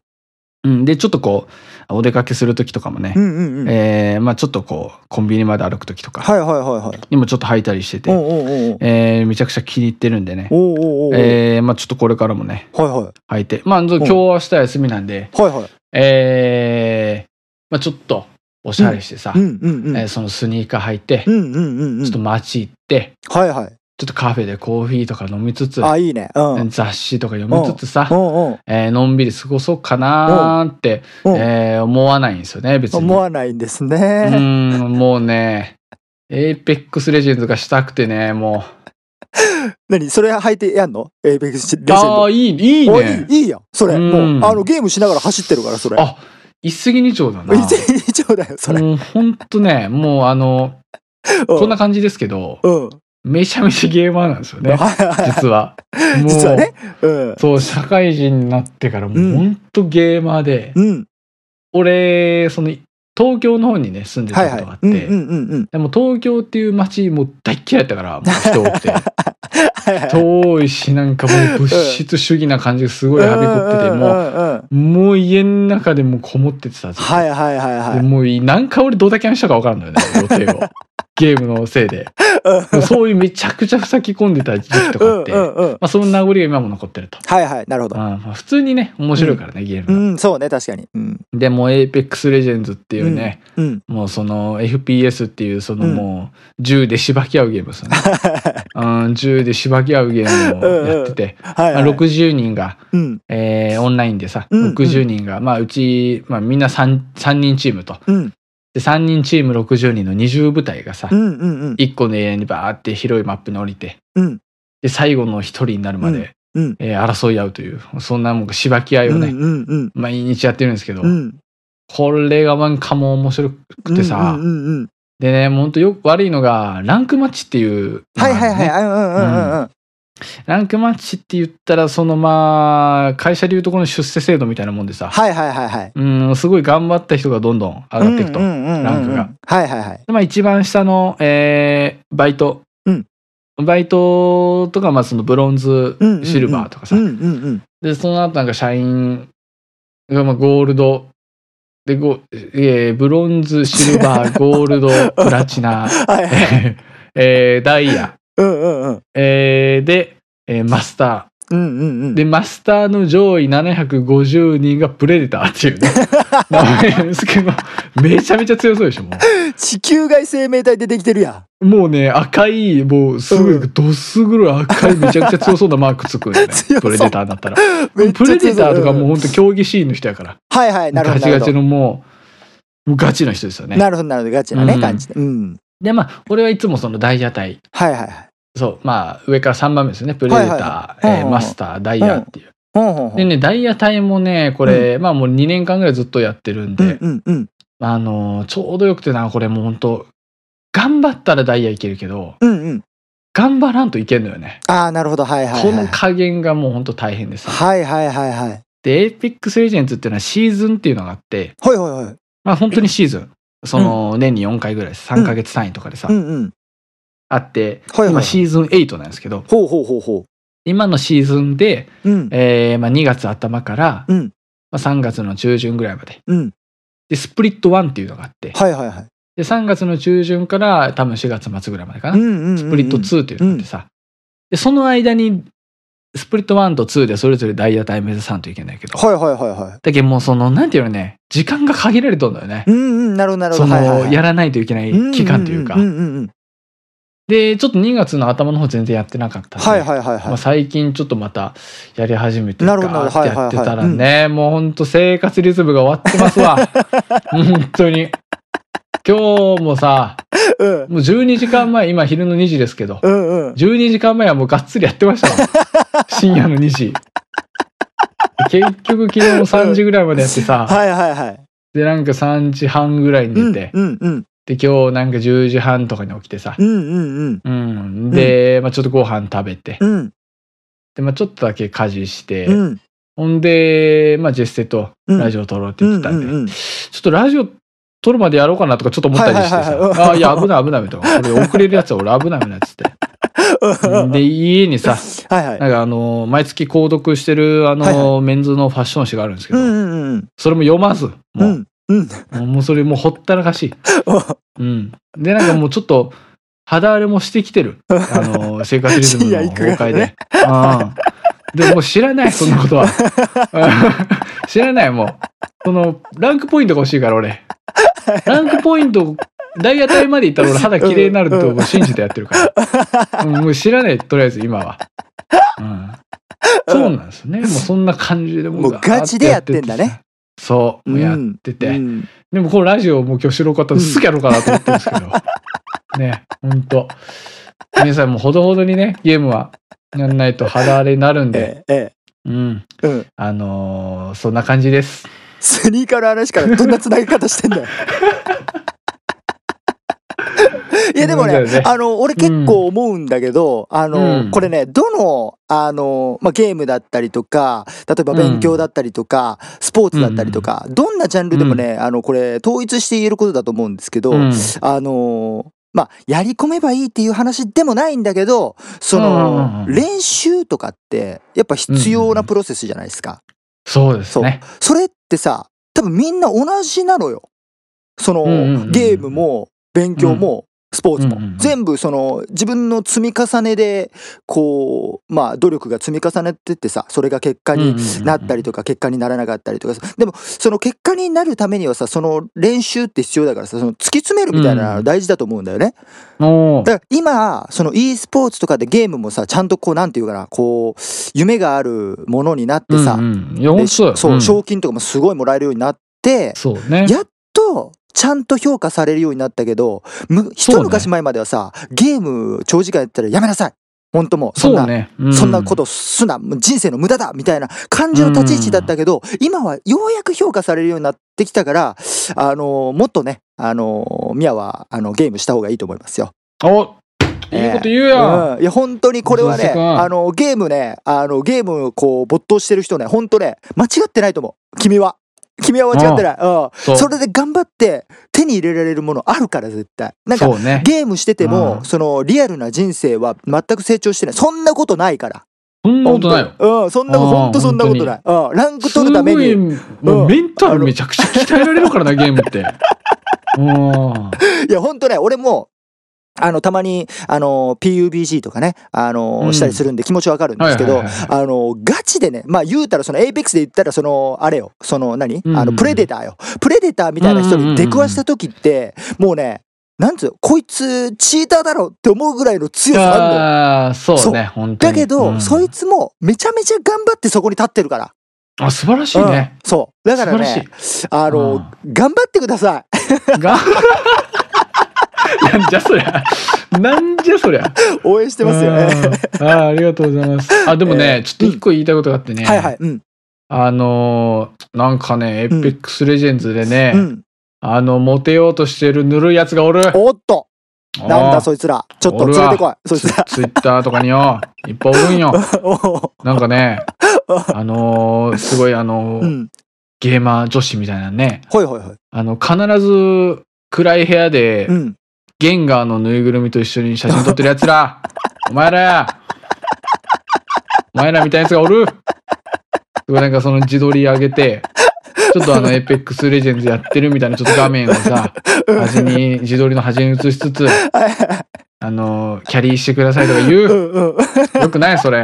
[SPEAKER 1] うん、でちょっとこうお出かけする時とかもね、
[SPEAKER 2] うんうんうん。
[SPEAKER 1] えーまあ、ちょっとこうコンビニまで歩く時とか
[SPEAKER 2] はいはいはいはい。
[SPEAKER 1] にもちょっと履いたりしてて、
[SPEAKER 2] うんうんうんうん。
[SPEAKER 1] えーめちゃくちゃ気に入ってるんでね、
[SPEAKER 2] おうおうおうおう。
[SPEAKER 1] えーまあ、ちょっとこれからもね
[SPEAKER 2] はいは
[SPEAKER 1] 履
[SPEAKER 2] い。
[SPEAKER 1] いてまあ今日は明日休みなんで、
[SPEAKER 2] はいはい。
[SPEAKER 1] えーまあ、ちょっとおしゃれしてさ、
[SPEAKER 2] うんうんうん。
[SPEAKER 1] えーそのスニーカー履いて、
[SPEAKER 2] うんうんうんうん。
[SPEAKER 1] ちょっと街行って
[SPEAKER 2] はいはい。
[SPEAKER 1] ちょっとカフェでコーヒーとか飲みつつ
[SPEAKER 2] あ、いいね。うん。うん
[SPEAKER 1] 雑誌とか読みつつさ、
[SPEAKER 2] うん
[SPEAKER 1] えーのんびり過ごそうかなーって、
[SPEAKER 2] うん。
[SPEAKER 1] えー思わないんですよね別に
[SPEAKER 2] 思わないんです
[SPEAKER 1] う
[SPEAKER 2] ね。
[SPEAKER 1] ーんもうねエイペックスレジェンドがしたくてねも
[SPEAKER 2] 何それ履いてやんのエイペックスレジ
[SPEAKER 1] う
[SPEAKER 2] ェンド
[SPEAKER 1] ああ。ーいいいい
[SPEAKER 2] お
[SPEAKER 1] ね
[SPEAKER 2] いいいいやんそれ。
[SPEAKER 1] うん
[SPEAKER 2] もう、あの、ゲームしながら走ってるから、それ。
[SPEAKER 1] あ一石二鳥だ な
[SPEAKER 2] 一石二鳥だよ、それ。
[SPEAKER 1] もうほんとねもうあのこ
[SPEAKER 2] こ
[SPEAKER 1] んな感じですけど
[SPEAKER 2] うん。うん
[SPEAKER 1] めちゃめちゃゲーマーなんですよ
[SPEAKER 2] はい
[SPEAKER 1] ね
[SPEAKER 2] はいはい。
[SPEAKER 1] 実 はもう
[SPEAKER 2] 実はね。うん。
[SPEAKER 1] そう社会人になってからもうほんとゲーマーで、
[SPEAKER 2] うん。
[SPEAKER 1] 俺その東京の方にね住んで
[SPEAKER 2] は
[SPEAKER 1] た
[SPEAKER 2] いは
[SPEAKER 1] こ
[SPEAKER 2] い
[SPEAKER 1] とがあっ。て、
[SPEAKER 2] うんうんうんうん。
[SPEAKER 1] でも東京っていう街もう大っ嫌いだからもう人多く て
[SPEAKER 2] はいはいはい。
[SPEAKER 1] 遠いしなんかもう物質主義な感じがすごいはびこってて
[SPEAKER 2] うん
[SPEAKER 1] も
[SPEAKER 2] うんうんうん
[SPEAKER 1] うもう家の中でもうこもっててたずっと
[SPEAKER 2] はいはいはいは
[SPEAKER 1] で
[SPEAKER 2] い。
[SPEAKER 1] もう何回俺どうだけ話したか分からんのよね予定 をゲームのせいでもうそういうめちゃくちゃふさぎ込んでた時期と
[SPEAKER 2] う
[SPEAKER 1] かあ
[SPEAKER 2] ん
[SPEAKER 1] って、
[SPEAKER 2] うんうん。
[SPEAKER 1] まあ、その名残が今も残ってると。
[SPEAKER 2] はいはい。なるほど。
[SPEAKER 1] あまあ、普通にね面白いからね、ゲー
[SPEAKER 2] う
[SPEAKER 1] ムが、
[SPEAKER 2] ん、そうね、確かに。うん。
[SPEAKER 1] でもう APEX レジェンズっていうね、
[SPEAKER 2] うん。
[SPEAKER 1] もうその FPS っていうその
[SPEAKER 2] うん
[SPEAKER 1] もう銃でしばき合うゲームですよ ねうん、銃でしばき合うゲームをやってて、
[SPEAKER 2] はい
[SPEAKER 1] まあ、
[SPEAKER 2] はい。
[SPEAKER 1] 60人が、
[SPEAKER 2] うん。
[SPEAKER 1] えーオンラインでさ、
[SPEAKER 2] うんうん
[SPEAKER 1] 60人が、まあ、うち、まあ、みんな 3, 三人チームと
[SPEAKER 2] うん。
[SPEAKER 1] で3人チーム60人の20部隊がさ、
[SPEAKER 2] うんうんうん。
[SPEAKER 1] 1個のエリアにバーって広いマップに降りて
[SPEAKER 2] うん。
[SPEAKER 1] で最後の1人になるまで、
[SPEAKER 2] うんうん
[SPEAKER 1] えー争い合うというそんなもうしばき合いを
[SPEAKER 2] うん
[SPEAKER 1] ね、
[SPEAKER 2] うんうん。
[SPEAKER 1] 毎日やってるんですけど、
[SPEAKER 2] うん。
[SPEAKER 1] これがなんかもう面白くてさ、
[SPEAKER 2] うんうんうん。
[SPEAKER 1] でねほんとよく悪いのがランクマッチっていうのが
[SPEAKER 2] は
[SPEAKER 1] あ
[SPEAKER 2] い
[SPEAKER 1] るのね、
[SPEAKER 2] はいはい。うんうんうんうんうん。
[SPEAKER 1] ランクマッチって言ったら、そのまあ、会社でいうとこの出世制度みたいなもんでさ、
[SPEAKER 2] はいはいはいはい。
[SPEAKER 1] うん、すごい頑張った人がどんどん上がっていくと。
[SPEAKER 2] うんうんうんうん
[SPEAKER 1] ランクが。
[SPEAKER 2] はいはいはい。
[SPEAKER 1] でまあ一番下の、えーバイト。
[SPEAKER 2] うん
[SPEAKER 1] バイトとか、まあそのブロンズ
[SPEAKER 2] うんうんう、ん
[SPEAKER 1] シルバーとかさ。
[SPEAKER 2] うんうんうん。
[SPEAKER 1] で、その後なんか社員が、まあゴールド、で、ゴえーブロンズ、シルバ ー、ゴールド、プラチナ、
[SPEAKER 2] はいはい。
[SPEAKER 1] えーダイヤ、
[SPEAKER 2] うんうんうん。
[SPEAKER 1] えーで、えーマスタ
[SPEAKER 2] うんうんうん
[SPEAKER 1] ー。で、マスターの上位750人がプレデターっていうね、 名前なんですけど、めちゃめちゃ強そうでしょ、も
[SPEAKER 2] 地球外生命体出てきてるやん
[SPEAKER 1] う。もうね、赤い、もうす
[SPEAKER 2] う
[SPEAKER 1] ぐ、どす黒い赤い、めちゃくちゃ強そうなマークつくんよね
[SPEAKER 2] 強そう。
[SPEAKER 1] プレデターだったら。
[SPEAKER 2] めっち
[SPEAKER 1] プ
[SPEAKER 2] ゃ
[SPEAKER 1] レデターとか
[SPEAKER 2] 強そう
[SPEAKER 1] もうほんと競技シーンの人やから。
[SPEAKER 2] はいはいなるほ
[SPEAKER 1] ガ
[SPEAKER 2] どな
[SPEAKER 1] チ
[SPEAKER 2] る
[SPEAKER 1] ガ
[SPEAKER 2] ほ
[SPEAKER 1] チ
[SPEAKER 2] ど
[SPEAKER 1] のもう、もうガチの人ですよね。
[SPEAKER 2] なるほどなるほどガチなね、
[SPEAKER 1] うん
[SPEAKER 2] 感じでうん
[SPEAKER 1] で、まあ、俺はいつもその大蛇隊
[SPEAKER 2] はいはいはい
[SPEAKER 1] そう、まあ、上から3番目ですよね。プレデター、
[SPEAKER 2] はいはい
[SPEAKER 1] え
[SPEAKER 2] うんうん
[SPEAKER 1] ー
[SPEAKER 2] うん
[SPEAKER 1] マスター、ダイヤっていう。
[SPEAKER 2] ほんほんほん
[SPEAKER 1] でね、ダイヤ隊もね、これ、まあもう2年間ぐらいずっとやってるんで、
[SPEAKER 2] うんうんうん
[SPEAKER 1] あのー、ちょうどよくてな、これもうほんと、頑張ったらダイヤいけるけど、
[SPEAKER 2] うんうん
[SPEAKER 1] 頑張らんといけんのよね。
[SPEAKER 2] ああなるほどはいはいは
[SPEAKER 1] こ
[SPEAKER 2] い
[SPEAKER 1] の加減がもうほんと大変でさ。
[SPEAKER 2] はいはいはいはい
[SPEAKER 1] で、エイペックスレジェンズっていうのはシーズンっていうのがあって、
[SPEAKER 2] ほいほいほい
[SPEAKER 1] まあ本当にシーズン。その、年に4回ぐらいです、3ヶ月単位とかでさ、
[SPEAKER 2] うんうん
[SPEAKER 1] あって、
[SPEAKER 2] はいはい
[SPEAKER 1] 今シーズン8なんですけど、
[SPEAKER 2] ほうほうほうほ
[SPEAKER 1] 今のシーズンで、
[SPEAKER 2] ううん
[SPEAKER 1] えーまあ、2月頭から、
[SPEAKER 2] うん
[SPEAKER 1] まあ、3月の中旬ぐらいまで
[SPEAKER 2] うん
[SPEAKER 1] でスプリット1っていうのがあって
[SPEAKER 2] はいはいはい
[SPEAKER 1] で3月の中旬から多分4月末ぐらいまでかな、
[SPEAKER 2] うんうんうんうん
[SPEAKER 1] スプリット2っていうのがあってさ、でその間にスプリット1と2でそれぞれダイヤ帯目指さんといけないけど、
[SPEAKER 2] はいはいはいはい
[SPEAKER 1] だけどもうそのなんていうのね時間が限られとんだよね
[SPEAKER 2] う、んうんなるほどなるほ
[SPEAKER 1] そ
[SPEAKER 2] ど
[SPEAKER 1] の、
[SPEAKER 2] はいはいはい
[SPEAKER 1] やらないといけない期間というか、
[SPEAKER 2] んんうんうん
[SPEAKER 1] でちょっと2月の頭の方全然やってなかったんで、
[SPEAKER 2] はいはいはい
[SPEAKER 1] ま
[SPEAKER 2] は
[SPEAKER 1] あ、
[SPEAKER 2] い
[SPEAKER 1] 最近ちょっとまたやり始めて
[SPEAKER 2] な
[SPEAKER 1] ガ
[SPEAKER 2] るほ
[SPEAKER 1] ー
[SPEAKER 2] ど
[SPEAKER 1] ってやってたら
[SPEAKER 2] はい
[SPEAKER 1] ねもうほんと生活リズムが終わってます わ本当に今日もさ
[SPEAKER 2] うん
[SPEAKER 1] もう12時間前今昼の2時ですけど
[SPEAKER 2] うんうん
[SPEAKER 1] 12時間前はもうがっつりやってま したわ深夜の2時結局昨日も3時ぐらいまでやってさ、
[SPEAKER 2] はいはいはい
[SPEAKER 1] でなんか3時半ぐらいに
[SPEAKER 2] う
[SPEAKER 1] 寝
[SPEAKER 2] ん
[SPEAKER 1] て、
[SPEAKER 2] うんうん
[SPEAKER 1] で今日なんか10時半とかに起きてさ、
[SPEAKER 2] うんうんうん
[SPEAKER 1] うん、で、まあ、ちょっとご飯食べて、
[SPEAKER 2] うん
[SPEAKER 1] で、まあ、ちょっとだけ家事して、
[SPEAKER 2] うん
[SPEAKER 1] ほんで、まあ、ジェステと
[SPEAKER 2] うん
[SPEAKER 1] ラジオ撮ろうって
[SPEAKER 2] う
[SPEAKER 1] 言っ
[SPEAKER 2] ん
[SPEAKER 1] てた
[SPEAKER 2] うん
[SPEAKER 1] で、
[SPEAKER 2] んうん
[SPEAKER 1] ちょっとラジオ撮るまでやろうかなとかちょっと思ったりしてさ、
[SPEAKER 2] はいはいはいはい
[SPEAKER 1] ああ、いや、危ない危ないみたいな。これ遅れるやつは俺危ない危ないっつって。で、家にさ、
[SPEAKER 2] はいはい
[SPEAKER 1] なんかあのー、毎月購読してるあのー、
[SPEAKER 2] はい
[SPEAKER 1] メンズのファッション誌があるんですけ
[SPEAKER 2] う
[SPEAKER 1] ど、
[SPEAKER 2] んうんうん
[SPEAKER 1] それも読まず、
[SPEAKER 2] う
[SPEAKER 1] も
[SPEAKER 2] んうん
[SPEAKER 1] う、もうそれもうほったらかしい。うん。で、なんかもうちょっと、肌荒れもしてきてる。 あのー、生活リズムの崩壊で。うん。でもう知らない、そんなことは。 うん知らない、もう。その、ランクポイントが欲しいから、俺。ランクポイント、ダイヤ帯まで行ったら俺肌綺麗になるともう信じてやってる から。うんもう知らない、とりあえず今は。うん。そうなんですね。もうそんな感じで
[SPEAKER 2] もうガチでやってんだね。
[SPEAKER 1] そう、もうやってて。でもこのラジオもう今日白かったんですぐやろうかなと思ってるん ですけど。ね、ほんと。皆さんもほどほどにね、ゲームはやんないと肌荒れになるんで、
[SPEAKER 2] ええ
[SPEAKER 1] う
[SPEAKER 2] え
[SPEAKER 1] ん。
[SPEAKER 2] えうん
[SPEAKER 1] あのーそんな感じです。
[SPEAKER 2] スニーカーの話からどんな繋ぎ方して んだよいやでもね
[SPEAKER 1] そうだよね
[SPEAKER 2] あの俺結構思うんだけど、あの、
[SPEAKER 1] うん
[SPEAKER 2] これねどのあの、まあ、ゲームだったりとか例えば勉強だったりとか、スポーツだったりとか、どんなジャンルでもね、あのこれ統一して言えることだと思うんですけど、
[SPEAKER 1] うん
[SPEAKER 2] あのーまあやり込めばいいっていう話でもないんだけどそ
[SPEAKER 1] うんうん
[SPEAKER 2] の
[SPEAKER 1] うん
[SPEAKER 2] 練習とかってやっぱ必要なプロセスじゃないですか。
[SPEAKER 1] そうですね。
[SPEAKER 2] それってさ多分みんな同じなのよ。その
[SPEAKER 1] うんうんうん
[SPEAKER 2] ゲームも勉強もスポーツ
[SPEAKER 1] うんうんう
[SPEAKER 2] も
[SPEAKER 1] ん
[SPEAKER 2] 全部その自分の積み重ねでこうまあ努力が積み重ねてってさそれが結果になったり
[SPEAKER 1] と
[SPEAKER 2] とか結果にならなかったりとかさでもその結果になるためにはさその練習って必要だからさその突き詰めるみたいなの
[SPEAKER 1] う
[SPEAKER 2] が
[SPEAKER 1] ん
[SPEAKER 2] 大事だと思うんだよね。
[SPEAKER 1] か。おー
[SPEAKER 2] だから今その e スポーツとかでゲームもさちゃんとこうなんていうかなこう夢があるものになってさ、
[SPEAKER 1] うんうん、いやほん
[SPEAKER 2] で
[SPEAKER 1] とそうよ
[SPEAKER 2] そう、
[SPEAKER 1] うん
[SPEAKER 2] 賞金とかもすごいもらえるようになって
[SPEAKER 1] そうね。
[SPEAKER 2] やっとちゃんと評価されるようになったけどむ一昔前まではさ、ゲーム長時間やったらやめなさい本当もうそん
[SPEAKER 1] そ
[SPEAKER 2] な
[SPEAKER 1] うね。う
[SPEAKER 2] そんなことすな、もう人生の無駄だみたいな感じの立ち位置だったけど、今はようやく評価されるようになってきたから、あのーもっとね、あのー、ミヤは、あの、ゲームした方がいいと思いますよ。
[SPEAKER 1] おいいこと言うやん。
[SPEAKER 2] うん、いや、本当にこれはね
[SPEAKER 1] そう、そうか
[SPEAKER 2] あの、ゲームね、あの、ゲームをこう、没頭してる人ね、本当ね、間違ってないと思う。君は。君は間違ってない。う
[SPEAKER 1] そ
[SPEAKER 2] ん。それで頑張って、手に入れられるものあるから、絶対。なんか、
[SPEAKER 1] そうね。
[SPEAKER 2] ゲームしてて
[SPEAKER 1] う
[SPEAKER 2] も、
[SPEAKER 1] ん
[SPEAKER 2] そのリアルな人生は全く成長してないそんなことないから
[SPEAKER 1] そんなことないよ。
[SPEAKER 2] うん、そんなこと、
[SPEAKER 1] あー
[SPEAKER 2] ほんとそんなことない。うん、ランク
[SPEAKER 1] す
[SPEAKER 2] 取るため
[SPEAKER 1] ごい、
[SPEAKER 2] に。
[SPEAKER 1] もうメンタルめちゃくちゃ 鍛えられるからな、ゲームって。うん。
[SPEAKER 2] いや、ほんとね、俺も、あの、たまに、あの、PUBG とかね、あの、
[SPEAKER 1] うん
[SPEAKER 2] したりするんで気持ちわかるんですけ
[SPEAKER 1] は
[SPEAKER 2] ど
[SPEAKER 1] いはいはい、
[SPEAKER 2] あの、ガチでね、まあ言うたら、その APEX で言ったら、その、あれよ、その何、
[SPEAKER 1] うん
[SPEAKER 2] あの、プレデターよ。プレデターみたいな人に出くわした時って、もうね、なんつうのこいつ、チーターだろって思うぐらいの強さあるのよ。
[SPEAKER 1] あーそうね、本当
[SPEAKER 2] だ
[SPEAKER 1] に。
[SPEAKER 2] けど、
[SPEAKER 1] うん
[SPEAKER 2] そいつも、めちゃめちゃ頑張ってそこに立ってるから。
[SPEAKER 1] あ、素晴らしいね。
[SPEAKER 2] そう。だから
[SPEAKER 1] 素晴
[SPEAKER 2] ね、あの、頑張ってください。
[SPEAKER 1] がなんじゃそりゃ。なんじゃそりゃ。
[SPEAKER 2] 応援してますよね。
[SPEAKER 1] うんあーありがとうございます。あ、でもね、ちょっと一個言いたいことがあってね。
[SPEAKER 2] はいはい。うん。
[SPEAKER 1] あのーなんかね、エ
[SPEAKER 2] うん
[SPEAKER 1] ピックスレジェンズでね、
[SPEAKER 2] うん。
[SPEAKER 1] あの、モテようとしてるぬるいやつがおる。
[SPEAKER 2] おっと、なんだ
[SPEAKER 1] い
[SPEAKER 2] そいつら。ちょっと連れてこい。そいつら。
[SPEAKER 1] ツイッターとかによ、いっぱいおるんよ。
[SPEAKER 2] お
[SPEAKER 1] なんかね、あのーすごいあのー
[SPEAKER 2] うん。
[SPEAKER 1] ゲーマー女子みたいなね、
[SPEAKER 2] はいはいはい。
[SPEAKER 1] あの、必ず暗い部屋で、
[SPEAKER 2] うん。
[SPEAKER 1] ゲンガーのぬいぐるみと一緒に写真撮ってるやつ らお前らやお前らみたいなやつがおるすごいなんかその自撮り上げて、ちょっとあのエイペックスレジェンズやってるみたいなちょっと画面をさ、端に、自撮りの端に映しつつ、あの、キャリーしてくださいとか
[SPEAKER 2] う
[SPEAKER 1] 言
[SPEAKER 2] んうん。
[SPEAKER 1] う。よくないそれ。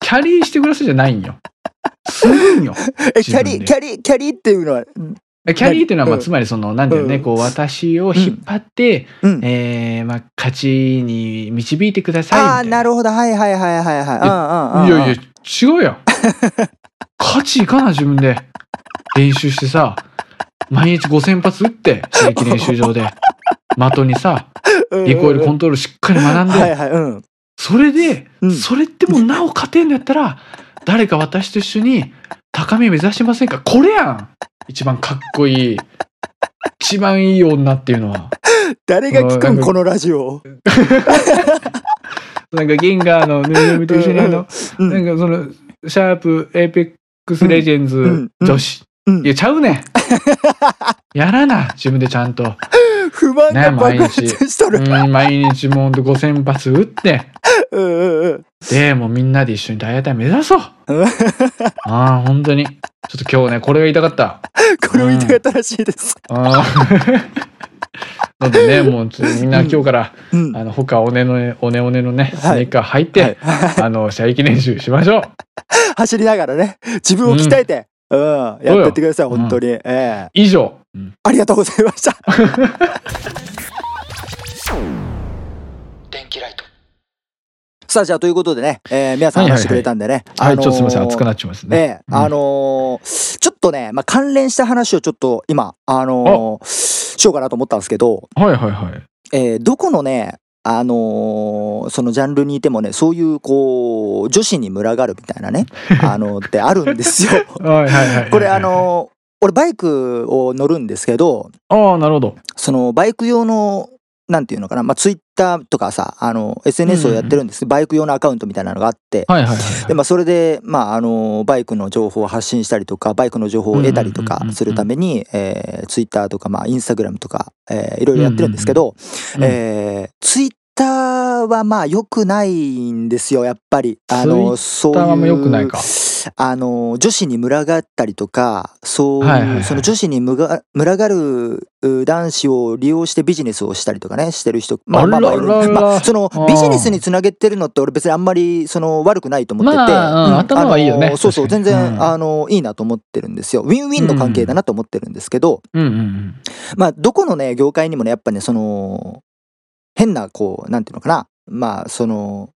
[SPEAKER 1] キャリーしてくださいじゃないんよ。するんよ。
[SPEAKER 2] え、キャ
[SPEAKER 1] 自分
[SPEAKER 2] リ
[SPEAKER 1] で
[SPEAKER 2] ー、キャリー、キャリーっていうのは、うん
[SPEAKER 1] キャリーっていうのは、まあ、
[SPEAKER 2] うん
[SPEAKER 1] つまりその、なんだよね、
[SPEAKER 2] うん
[SPEAKER 1] こう、私を引っ張って、
[SPEAKER 2] うん。
[SPEAKER 1] えー、まあ、勝ちに導いてくださいみたいな。
[SPEAKER 2] ああ、なるほど。はいはいはいはいはい。
[SPEAKER 1] い
[SPEAKER 2] うんうんうんうん。
[SPEAKER 1] やいや、違う やん。勝ちいかな、自分で。練習してさ、毎日5000発打って、射撃練習場で。的にさ、
[SPEAKER 2] うんうんうん、
[SPEAKER 1] リコイルコントロールしっかり学ん
[SPEAKER 2] はい
[SPEAKER 1] で、
[SPEAKER 2] はい。うん。
[SPEAKER 1] それで
[SPEAKER 2] う、ん
[SPEAKER 1] それってもなお勝てんだったら、誰か私と一緒に高み目指しませんかこれやん一番かっこいい。一番いい女っていうのは。
[SPEAKER 2] 誰が聞く
[SPEAKER 1] うん
[SPEAKER 2] ん
[SPEAKER 1] なんか
[SPEAKER 2] このラジオ。
[SPEAKER 1] なんかギンガーのぬいぐるみと一緒にあの、
[SPEAKER 2] う
[SPEAKER 1] なん
[SPEAKER 2] ん。
[SPEAKER 1] かその、シャープ、エーペックスレジェン
[SPEAKER 2] ん
[SPEAKER 1] ズ
[SPEAKER 2] うん
[SPEAKER 1] 女子。
[SPEAKER 2] うん
[SPEAKER 1] いや、ちゃう ねん。やらな、自分でちゃんと。
[SPEAKER 2] 不満が
[SPEAKER 1] ね
[SPEAKER 2] 爆発
[SPEAKER 1] 毎
[SPEAKER 2] しと
[SPEAKER 1] う
[SPEAKER 2] る。
[SPEAKER 1] ん、毎日もうほんと5000発打って、
[SPEAKER 2] うんうんうん。
[SPEAKER 1] で、もうみんなで一緒に大屋台目指そう。
[SPEAKER 2] う
[SPEAKER 1] あ
[SPEAKER 2] ん
[SPEAKER 1] あ、本当に。ちょっと今日ね、これが言いたかった。
[SPEAKER 2] これを言いたかったらしいです。
[SPEAKER 1] あー なのでね、もうちょっとみんな今日から、
[SPEAKER 2] うん。
[SPEAKER 1] あの、他おねのね、おねおねのね、ス
[SPEAKER 2] はい
[SPEAKER 1] ニーカー履いて、
[SPEAKER 2] はい
[SPEAKER 1] あの、射撃練習しまし ょう。
[SPEAKER 2] 走りながらね、自分を鍛えて、うん、やっていってください、
[SPEAKER 1] そうよ
[SPEAKER 2] 本当に。ええ。
[SPEAKER 1] 以上。うん
[SPEAKER 2] ありがとうございました。
[SPEAKER 3] 電気ライト
[SPEAKER 2] さあ、じゃあ、ということでね、えー、皆さん話してくれたんでね。
[SPEAKER 1] はい、
[SPEAKER 2] あのー
[SPEAKER 1] ちょっとすみません、熱くなっちゃいますね。
[SPEAKER 2] ええあのーちょっとね、まあ、関連した話をちょっと今、あのーしようかなと思ったんですけど、
[SPEAKER 1] はいはいはい。
[SPEAKER 2] えーどこのね、あのーそのジャンルにいてもね、そういう、こう、女子に群がるみた いなね、あのーってあるんですよ。
[SPEAKER 1] はいはいはい。
[SPEAKER 2] これ、あのー俺、バイクを乗るんですけど、
[SPEAKER 1] ああ、なるほど。
[SPEAKER 2] その、バイク用の、なんていうのかな、まあ、ツイッターとかさ、あの、SNS をやってるんです、バイク用のアカウントみたいなのがあって、
[SPEAKER 1] はいはいはい
[SPEAKER 2] で。まあ、それで、まあ、あのバイクの情報を発信したりとかバイクの情報を得たりと
[SPEAKER 1] うんうんうん
[SPEAKER 2] か
[SPEAKER 1] うんうん
[SPEAKER 2] するためにえーツイッターとか、まあ、インスタグラムとか、えーいろいろやってるんですけど、
[SPEAKER 1] うんうんうん
[SPEAKER 2] えーツイッターはまあ良くないんですよやっぱり。あのそう
[SPEAKER 1] 歌はあんま
[SPEAKER 2] い
[SPEAKER 1] 良くないか
[SPEAKER 2] う。あの女子に群がったりとかそう
[SPEAKER 1] はいはいはい
[SPEAKER 2] いうその女子に群が群がるう男子を利用してビジネスをしたりとかねしてる人まあまあまあ
[SPEAKER 1] あ
[SPEAKER 2] い
[SPEAKER 1] ら
[SPEAKER 2] る
[SPEAKER 1] らら
[SPEAKER 2] まあその
[SPEAKER 1] あー
[SPEAKER 2] ビジネスにつなげてるのって俺別にあんまりその悪くないと思ってて、
[SPEAKER 1] まあうん
[SPEAKER 2] うん
[SPEAKER 1] 頭はいいよね
[SPEAKER 2] あのそうそう
[SPEAKER 1] 確
[SPEAKER 2] 全
[SPEAKER 1] かに
[SPEAKER 2] 然、
[SPEAKER 1] うん
[SPEAKER 2] あのいいなと思ってるんですよウィンウィンの関係だなと思ってるんですけど、
[SPEAKER 1] うんうんうん。
[SPEAKER 2] まあどこのね業界にもねやっぱねその変なこうなんていうのかなまあその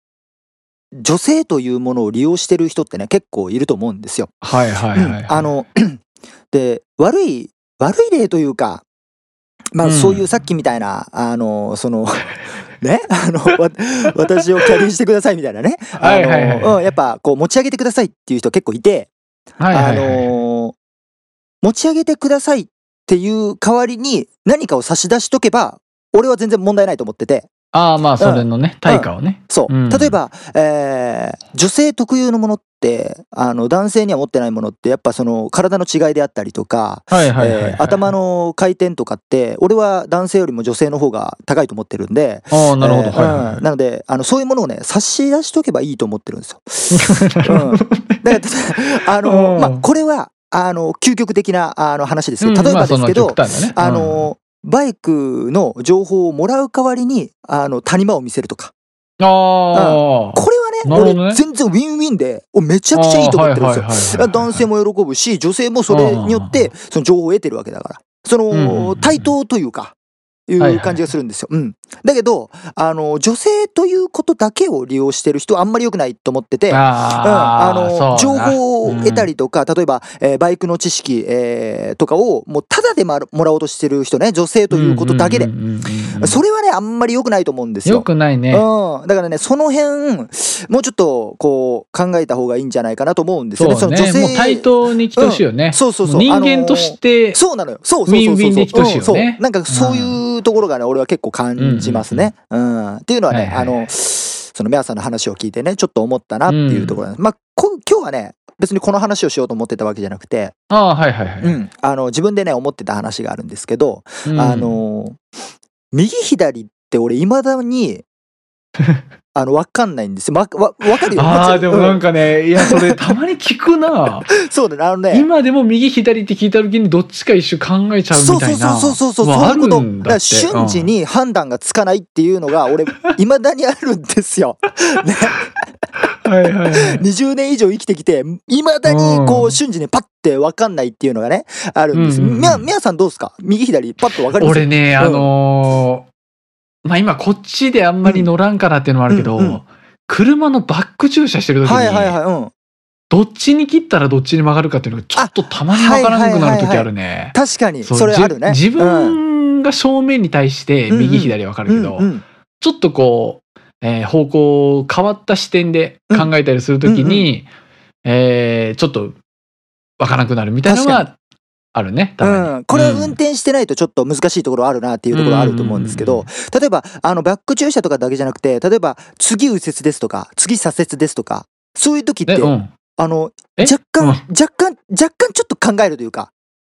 [SPEAKER 2] 女性というものを利用してる人ってね結構いると思うんですよ。
[SPEAKER 1] はいはい
[SPEAKER 2] うん
[SPEAKER 1] はい。
[SPEAKER 2] あ、の で悪い悪い例というかま
[SPEAKER 1] う
[SPEAKER 2] あ
[SPEAKER 1] ん
[SPEAKER 2] そういうさっきみたいな、あのそのねあのわ私をキャリーしてくださいみたいなねあ
[SPEAKER 1] はいはいはい
[SPEAKER 2] のうんやっぱこう持ち上げてくださいっていう人結構いて、
[SPEAKER 1] はいはい
[SPEAKER 2] あ
[SPEAKER 1] はい。
[SPEAKER 2] の持ち上げてくださいっていう代わりに何かを差し出しとけば俺は全然問題ないと思ってて
[SPEAKER 1] ああ、まあ、それのね、対価をね。
[SPEAKER 2] そう、
[SPEAKER 1] うん
[SPEAKER 2] 例えば、えー女性特有のものってあの男性には持ってないものってやっぱその体の違いであったりとか、
[SPEAKER 1] はいはいはいは
[SPEAKER 2] え
[SPEAKER 1] い。
[SPEAKER 2] ー頭。の回転とかって俺は男性よりも女性の方が高いと思ってるんで
[SPEAKER 1] ああ、なるほど。
[SPEAKER 2] えー
[SPEAKER 1] はいはいは
[SPEAKER 2] うんなのであのそういうものをね差し出しとけばいいと思ってる んですよ。うん、だから例えばあの、
[SPEAKER 1] うん
[SPEAKER 2] まあ、これはあの究極的なあの話です
[SPEAKER 1] い。う
[SPEAKER 2] よ
[SPEAKER 1] ん
[SPEAKER 2] 例え
[SPEAKER 1] ま
[SPEAKER 2] ば
[SPEAKER 1] あ
[SPEAKER 2] で
[SPEAKER 1] そ
[SPEAKER 2] す
[SPEAKER 1] の
[SPEAKER 2] けど、
[SPEAKER 1] 極端だね
[SPEAKER 2] あ、のバイクの情報をもらう代わりに、あの、谷間を見せるとか。
[SPEAKER 1] ああ。
[SPEAKER 2] これ
[SPEAKER 1] な
[SPEAKER 2] は
[SPEAKER 1] るほ
[SPEAKER 2] ね、
[SPEAKER 1] どね
[SPEAKER 2] 俺全然ウィンウィンで、おめちゃくちゃいいと思ってるんですよ。
[SPEAKER 1] よ
[SPEAKER 2] 男性も喜ぶし女性もそれによってその情報を得てるわけだからそ
[SPEAKER 1] うんうんう
[SPEAKER 2] の
[SPEAKER 1] ん
[SPEAKER 2] 対等というかい
[SPEAKER 1] はいはいう
[SPEAKER 2] 感じがするんですよ。うん、だけどあの女性ということだけを利用してる人はあんまり良くないと思ってて。うん、あ
[SPEAKER 1] あー
[SPEAKER 2] の
[SPEAKER 1] そう
[SPEAKER 2] 情
[SPEAKER 1] な
[SPEAKER 2] 報を得たりとか、例えば、えーバイクの知識、えーとかをもうタダでまもらおうとしてる人ね女性ということだけで、
[SPEAKER 1] うんうんうんうんうん
[SPEAKER 2] それはねあんまり良くないと思うんですよ
[SPEAKER 1] よ。くないね。
[SPEAKER 2] うん、だからねその辺もうちょっとこう考えた方がいいんじゃないかなと思うんですよね。
[SPEAKER 1] そう
[SPEAKER 2] の
[SPEAKER 1] ね。もう対等に等しいよね。
[SPEAKER 2] そうそうそう
[SPEAKER 1] 人間として、
[SPEAKER 2] そうなのよ。そうそうそうそう。
[SPEAKER 1] ウィンウィンで等しいよね
[SPEAKER 2] うんそうなんかそういうところがね、俺は結構感じますね。うん。っていうのは
[SPEAKER 1] は
[SPEAKER 2] ね
[SPEAKER 1] い、はい
[SPEAKER 2] あの、そのメアさんの話を聞いてね、ちょっと思ったなっていうところなんです。まあ、こ今日はね、別にこの話をしようと思ってたわけじゃなくて、
[SPEAKER 1] ああ、はいはいはい。
[SPEAKER 2] うん。あの、自分でね、思ってた話があるんですけど、
[SPEAKER 1] うん
[SPEAKER 2] あ、の、右左って俺、いまだ に、あの、わかんないんですよ。わ、わ、わかるよ。
[SPEAKER 1] あ
[SPEAKER 2] も
[SPEAKER 1] あ、
[SPEAKER 2] ち
[SPEAKER 1] で
[SPEAKER 2] ろん
[SPEAKER 1] もなん
[SPEAKER 2] うん
[SPEAKER 1] かね、いや、それたまに聞く な。
[SPEAKER 2] そうだね。あのね、
[SPEAKER 1] 今でも右左って聞いた時にどっちか一瞬考えちゃう
[SPEAKER 2] そう
[SPEAKER 1] みたいな。
[SPEAKER 2] そうそうそうそうそう
[SPEAKER 1] はあ
[SPEAKER 2] そういう
[SPEAKER 1] る
[SPEAKER 2] こと
[SPEAKER 1] ん
[SPEAKER 2] だか
[SPEAKER 1] だって。
[SPEAKER 2] ら瞬時
[SPEAKER 1] うん
[SPEAKER 2] に判断がつかないっていうのが俺いまだにあるんで すよ。ね、
[SPEAKER 1] はいはいはい。
[SPEAKER 2] 20年以上生きてきていまだにこ
[SPEAKER 1] う
[SPEAKER 2] うん瞬時にパッて分かんないっていうのがねあるんです。
[SPEAKER 1] うんうんうん
[SPEAKER 2] みやみやさんどうですか右左パッと分かります
[SPEAKER 1] 俺ね、
[SPEAKER 2] うん
[SPEAKER 1] あのーまあ今こっちであんまり乗らんからっていうのもあるけど、
[SPEAKER 2] うんうん
[SPEAKER 1] 車のバック駐車してる時に、
[SPEAKER 2] はいはいはいうん
[SPEAKER 1] どっちに切ったらどっちに曲がるかっていうのがちょっとたまにわからなくなる時あるね。
[SPEAKER 2] 確かに
[SPEAKER 1] そう
[SPEAKER 2] それあるね。
[SPEAKER 1] じ自
[SPEAKER 2] うん
[SPEAKER 1] 分が正面に対して
[SPEAKER 2] うんうん
[SPEAKER 1] 右左わかるけど、
[SPEAKER 2] うんうん
[SPEAKER 1] ちょっとこう、えー方向変わった視点で考えたりするときに、えーちょっとわからなくなるみたいなのはあるね。たまに
[SPEAKER 2] うん、これは
[SPEAKER 1] うん
[SPEAKER 2] 運転してないとちょっと難しいところあるなっていうところあると思うんですけ
[SPEAKER 1] う
[SPEAKER 2] ど
[SPEAKER 1] ん
[SPEAKER 2] 例えばあのバック駐車とかだけじゃなくて例えば次右折ですとか次左折ですとかそういう時って
[SPEAKER 1] えうん
[SPEAKER 2] あの、
[SPEAKER 1] え
[SPEAKER 2] 若干、
[SPEAKER 1] うん
[SPEAKER 2] 若干、若干ちょっと考えるというか、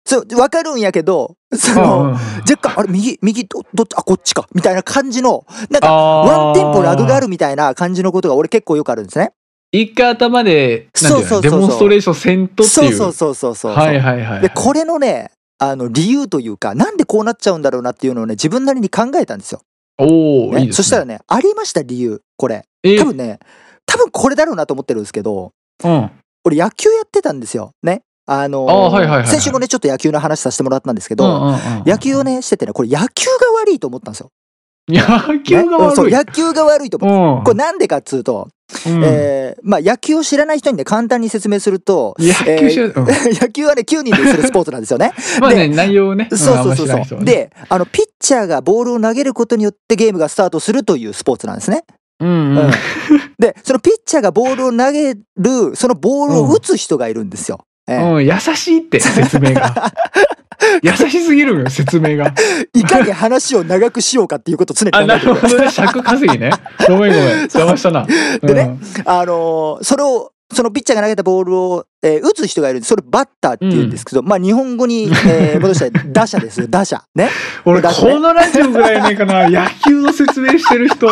[SPEAKER 2] そう、わかるんやけど、その、
[SPEAKER 1] うん
[SPEAKER 2] 若干、あれ、右、右、ど、どっち、あ、こっちか、みたいな感じの、なんか、
[SPEAKER 1] あー
[SPEAKER 2] ワンテンポラグがあるみたいな感じのことが俺結構よくあるんですね。
[SPEAKER 1] 一回頭で、なんていう
[SPEAKER 2] そ
[SPEAKER 1] の
[SPEAKER 2] うそうそう
[SPEAKER 1] デ
[SPEAKER 2] そう
[SPEAKER 1] モンストレーションせんとって
[SPEAKER 2] そ
[SPEAKER 1] いうう。
[SPEAKER 2] そうそうそうそう。
[SPEAKER 1] はいはいはい。
[SPEAKER 2] で、これのね、あの、理由というか、なんでこうなっちゃうんだろうなっていうのをね、自分なりに考えたんですよ。
[SPEAKER 1] おお、
[SPEAKER 2] ね
[SPEAKER 1] いいですね。
[SPEAKER 2] そしたらね、ありました理由、これ。
[SPEAKER 1] え
[SPEAKER 2] 多分ね、多分これだろうなと思ってるんですけど、
[SPEAKER 1] うん。
[SPEAKER 2] 俺野球やってたんですよ。ね。あのー
[SPEAKER 1] あはいはいはいはい
[SPEAKER 2] 先週もね、ちょっと野球の話させてもらったんですけど、
[SPEAKER 1] うんうんうん
[SPEAKER 2] 野球をね、しててね、これ野球が悪いと思ったんですよ。
[SPEAKER 1] 野球が
[SPEAKER 2] ねうんそ
[SPEAKER 1] 悪
[SPEAKER 2] う、
[SPEAKER 1] い。
[SPEAKER 2] 野球が悪いと思っ
[SPEAKER 1] うん
[SPEAKER 2] た。これなんでかっつうと、
[SPEAKER 1] うん
[SPEAKER 2] えーまあ野球を知らない人にね、簡単に説明すると、
[SPEAKER 1] 野球しよううん
[SPEAKER 2] 野球はね、9人でするスポーツなんですよね。
[SPEAKER 1] まあ
[SPEAKER 2] で
[SPEAKER 1] ね、内容をね。ん
[SPEAKER 2] そうそう
[SPEAKER 1] あんま知ら
[SPEAKER 2] そ
[SPEAKER 1] ないう人
[SPEAKER 2] そ
[SPEAKER 1] は
[SPEAKER 2] う。
[SPEAKER 1] ね、
[SPEAKER 2] で、あの、ピッチャーがボールを投げることによってゲームがスタートするというスポーツなんですね。
[SPEAKER 1] うんうん
[SPEAKER 2] うんで、そのピッチャーがボールを投げる、そのボールを打つ人がいるんですよ。えー
[SPEAKER 1] うん、優しいって、説明 が。優しすぎるのよ、説明が。
[SPEAKER 2] いかに話を長くしようかっていうことを常に考
[SPEAKER 1] あ、
[SPEAKER 2] えて
[SPEAKER 1] な
[SPEAKER 2] る
[SPEAKER 1] るほどね。尺稼ぎね。ごめんごめん。邪魔したな。
[SPEAKER 2] でねあのーそれを、そのピッチャーが投げたボールを、えー打つ人がいるんで、それバッターって言うんですけど、まあ日本語に、え ー戻したら打者ですよ、打者。ね。
[SPEAKER 1] うん。俺、
[SPEAKER 2] だってね
[SPEAKER 1] このラジオぐらいねえか な。野球の説明してる人。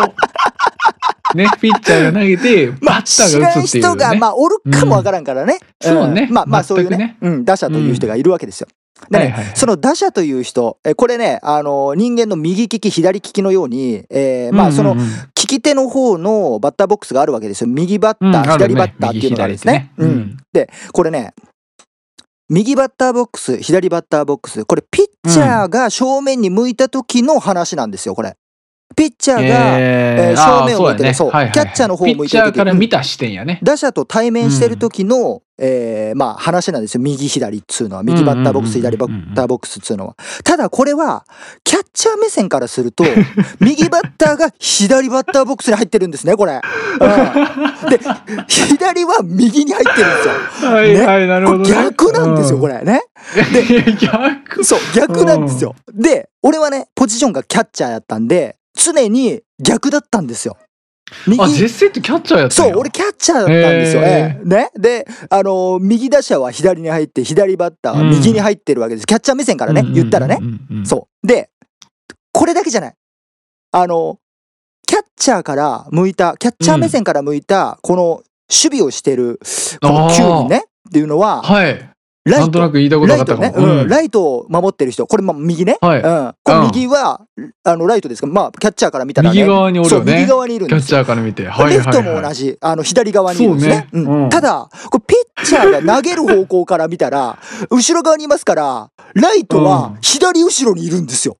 [SPEAKER 1] ね、ピッチャーが投げて、バッターが打つって
[SPEAKER 2] 知
[SPEAKER 1] い
[SPEAKER 2] ら
[SPEAKER 1] う、
[SPEAKER 2] ん人が、
[SPEAKER 1] ね。
[SPEAKER 2] まあおるかもわからんからね。
[SPEAKER 1] うんそうね
[SPEAKER 2] んまあまあそういうね
[SPEAKER 1] 全くね
[SPEAKER 2] うん、打者という人がいるわけですよ。でね、
[SPEAKER 1] はいはい
[SPEAKER 2] その打者という人、えーこれね、あのー人間の右利き、左利きのように、えーまあその、
[SPEAKER 1] うんうんうん
[SPEAKER 2] 利き手の方のバッターボックスがあるわけですよ。右バッター、
[SPEAKER 1] うんある
[SPEAKER 2] 左
[SPEAKER 1] ね
[SPEAKER 2] バッターっていうのがあるんですね。
[SPEAKER 1] 右左ってね
[SPEAKER 2] うんこれね、右バッターボックス、左バッターボックス、これピッチャーが正面に向いた時の話なんですよ、これ。ピッチャーが、えー正面を向いてるそうキャッチャーの方を向いてる
[SPEAKER 1] ピッチャーから
[SPEAKER 2] うん
[SPEAKER 1] 見た視点やね。
[SPEAKER 2] 打者と対面してる時の、えーまあ話なんですよ。右左っつうのは。右バッターボックス、
[SPEAKER 1] うんうんうん
[SPEAKER 2] 左バッターボックスっつうのは。ただこれは、キャッチャー目線から すると、右バッターが左バッターボックスに入ってるんですね、これ。 うん、で、左は右に入ってるんですよ。
[SPEAKER 1] はいはい、なる
[SPEAKER 2] こ
[SPEAKER 1] ほ
[SPEAKER 2] れ
[SPEAKER 1] どね。
[SPEAKER 2] 逆なんですよ、こ
[SPEAKER 1] れ。
[SPEAKER 2] れね。
[SPEAKER 1] 逆
[SPEAKER 2] そう、逆なんですよ。で、俺はね、ポジションがキャッチャーやったんで、常に逆だったんですよ。右
[SPEAKER 1] あ、実際ってキャッチャーやったん
[SPEAKER 2] そ
[SPEAKER 1] や
[SPEAKER 2] う、俺キャッチャーだったんですよ。
[SPEAKER 1] へー
[SPEAKER 2] ええね。で、あのー右打者は左に入って、左バッターは右に入ってるわけです。キャッチャー目線からね、言ったらね。。そう。で、これだけじゃない。あの、キャッチャーから向いた、キャッチャー目線から向いた、この守備をしてる、この9人ね、っていうのは、
[SPEAKER 1] はい。
[SPEAKER 2] ラ
[SPEAKER 1] な
[SPEAKER 2] イ
[SPEAKER 1] んとな
[SPEAKER 2] ト。
[SPEAKER 1] く言いたいこと
[SPEAKER 2] ラ
[SPEAKER 1] があ
[SPEAKER 2] イ
[SPEAKER 1] った
[SPEAKER 2] ト
[SPEAKER 1] か
[SPEAKER 2] ね
[SPEAKER 1] も。、
[SPEAKER 2] うん
[SPEAKER 1] うん
[SPEAKER 2] ライトを守ってる人。これ、まあ、右ね。
[SPEAKER 1] はい
[SPEAKER 2] うん。これ
[SPEAKER 1] うん
[SPEAKER 2] 右は、あの、ライトですかまあ、キャッチャーから見たらね。
[SPEAKER 1] 右側におる
[SPEAKER 2] そう、
[SPEAKER 1] よ
[SPEAKER 2] 右
[SPEAKER 1] ね。
[SPEAKER 2] 側にいるん
[SPEAKER 1] キャ
[SPEAKER 2] で
[SPEAKER 1] ッ
[SPEAKER 2] す
[SPEAKER 1] チ
[SPEAKER 2] よ。
[SPEAKER 1] ャーから見て。はい
[SPEAKER 2] レフ
[SPEAKER 1] はい
[SPEAKER 2] トも同
[SPEAKER 1] はい。
[SPEAKER 2] じ、あの、左側にいるんですね。
[SPEAKER 1] そうね
[SPEAKER 2] うん
[SPEAKER 1] うん
[SPEAKER 2] ただ、これピッチャーが投げる方向から見たら、 後ろ側にいますから、ライトは
[SPEAKER 1] うん
[SPEAKER 2] 左後ろにいるんですよ。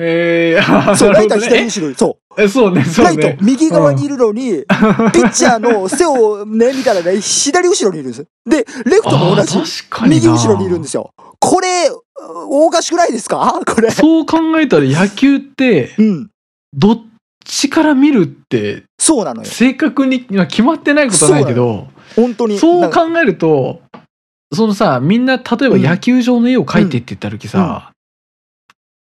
[SPEAKER 1] えー、あー
[SPEAKER 2] そう、
[SPEAKER 1] な
[SPEAKER 2] ラ
[SPEAKER 1] る
[SPEAKER 2] イ
[SPEAKER 1] ほ
[SPEAKER 2] トは
[SPEAKER 1] ど
[SPEAKER 2] 左
[SPEAKER 1] ね。
[SPEAKER 2] 後ろに。そう。
[SPEAKER 1] ええそうね、そ
[SPEAKER 2] ラ
[SPEAKER 1] う
[SPEAKER 2] イ
[SPEAKER 1] ね
[SPEAKER 2] ト。右側にいるのに、ピッチャーの背をね、見たらね、左後ろにいるんです。で、レフトも
[SPEAKER 1] あ
[SPEAKER 2] 同
[SPEAKER 1] あ
[SPEAKER 2] じ、
[SPEAKER 1] ー、確かにな。
[SPEAKER 2] 右後ろにいるんですよ。これ、おかしくないですか これ。
[SPEAKER 1] そう考えたら野球って、
[SPEAKER 2] うん。
[SPEAKER 1] どっちから見るって、
[SPEAKER 2] そうなのよ。
[SPEAKER 1] 正確にまあ決まってないことはないけど、
[SPEAKER 2] 本当に。
[SPEAKER 1] そう
[SPEAKER 2] なんか
[SPEAKER 1] 考えると、そのさ、みんな、例えば
[SPEAKER 2] うん
[SPEAKER 1] 野球場の絵を描いてって言った時さ、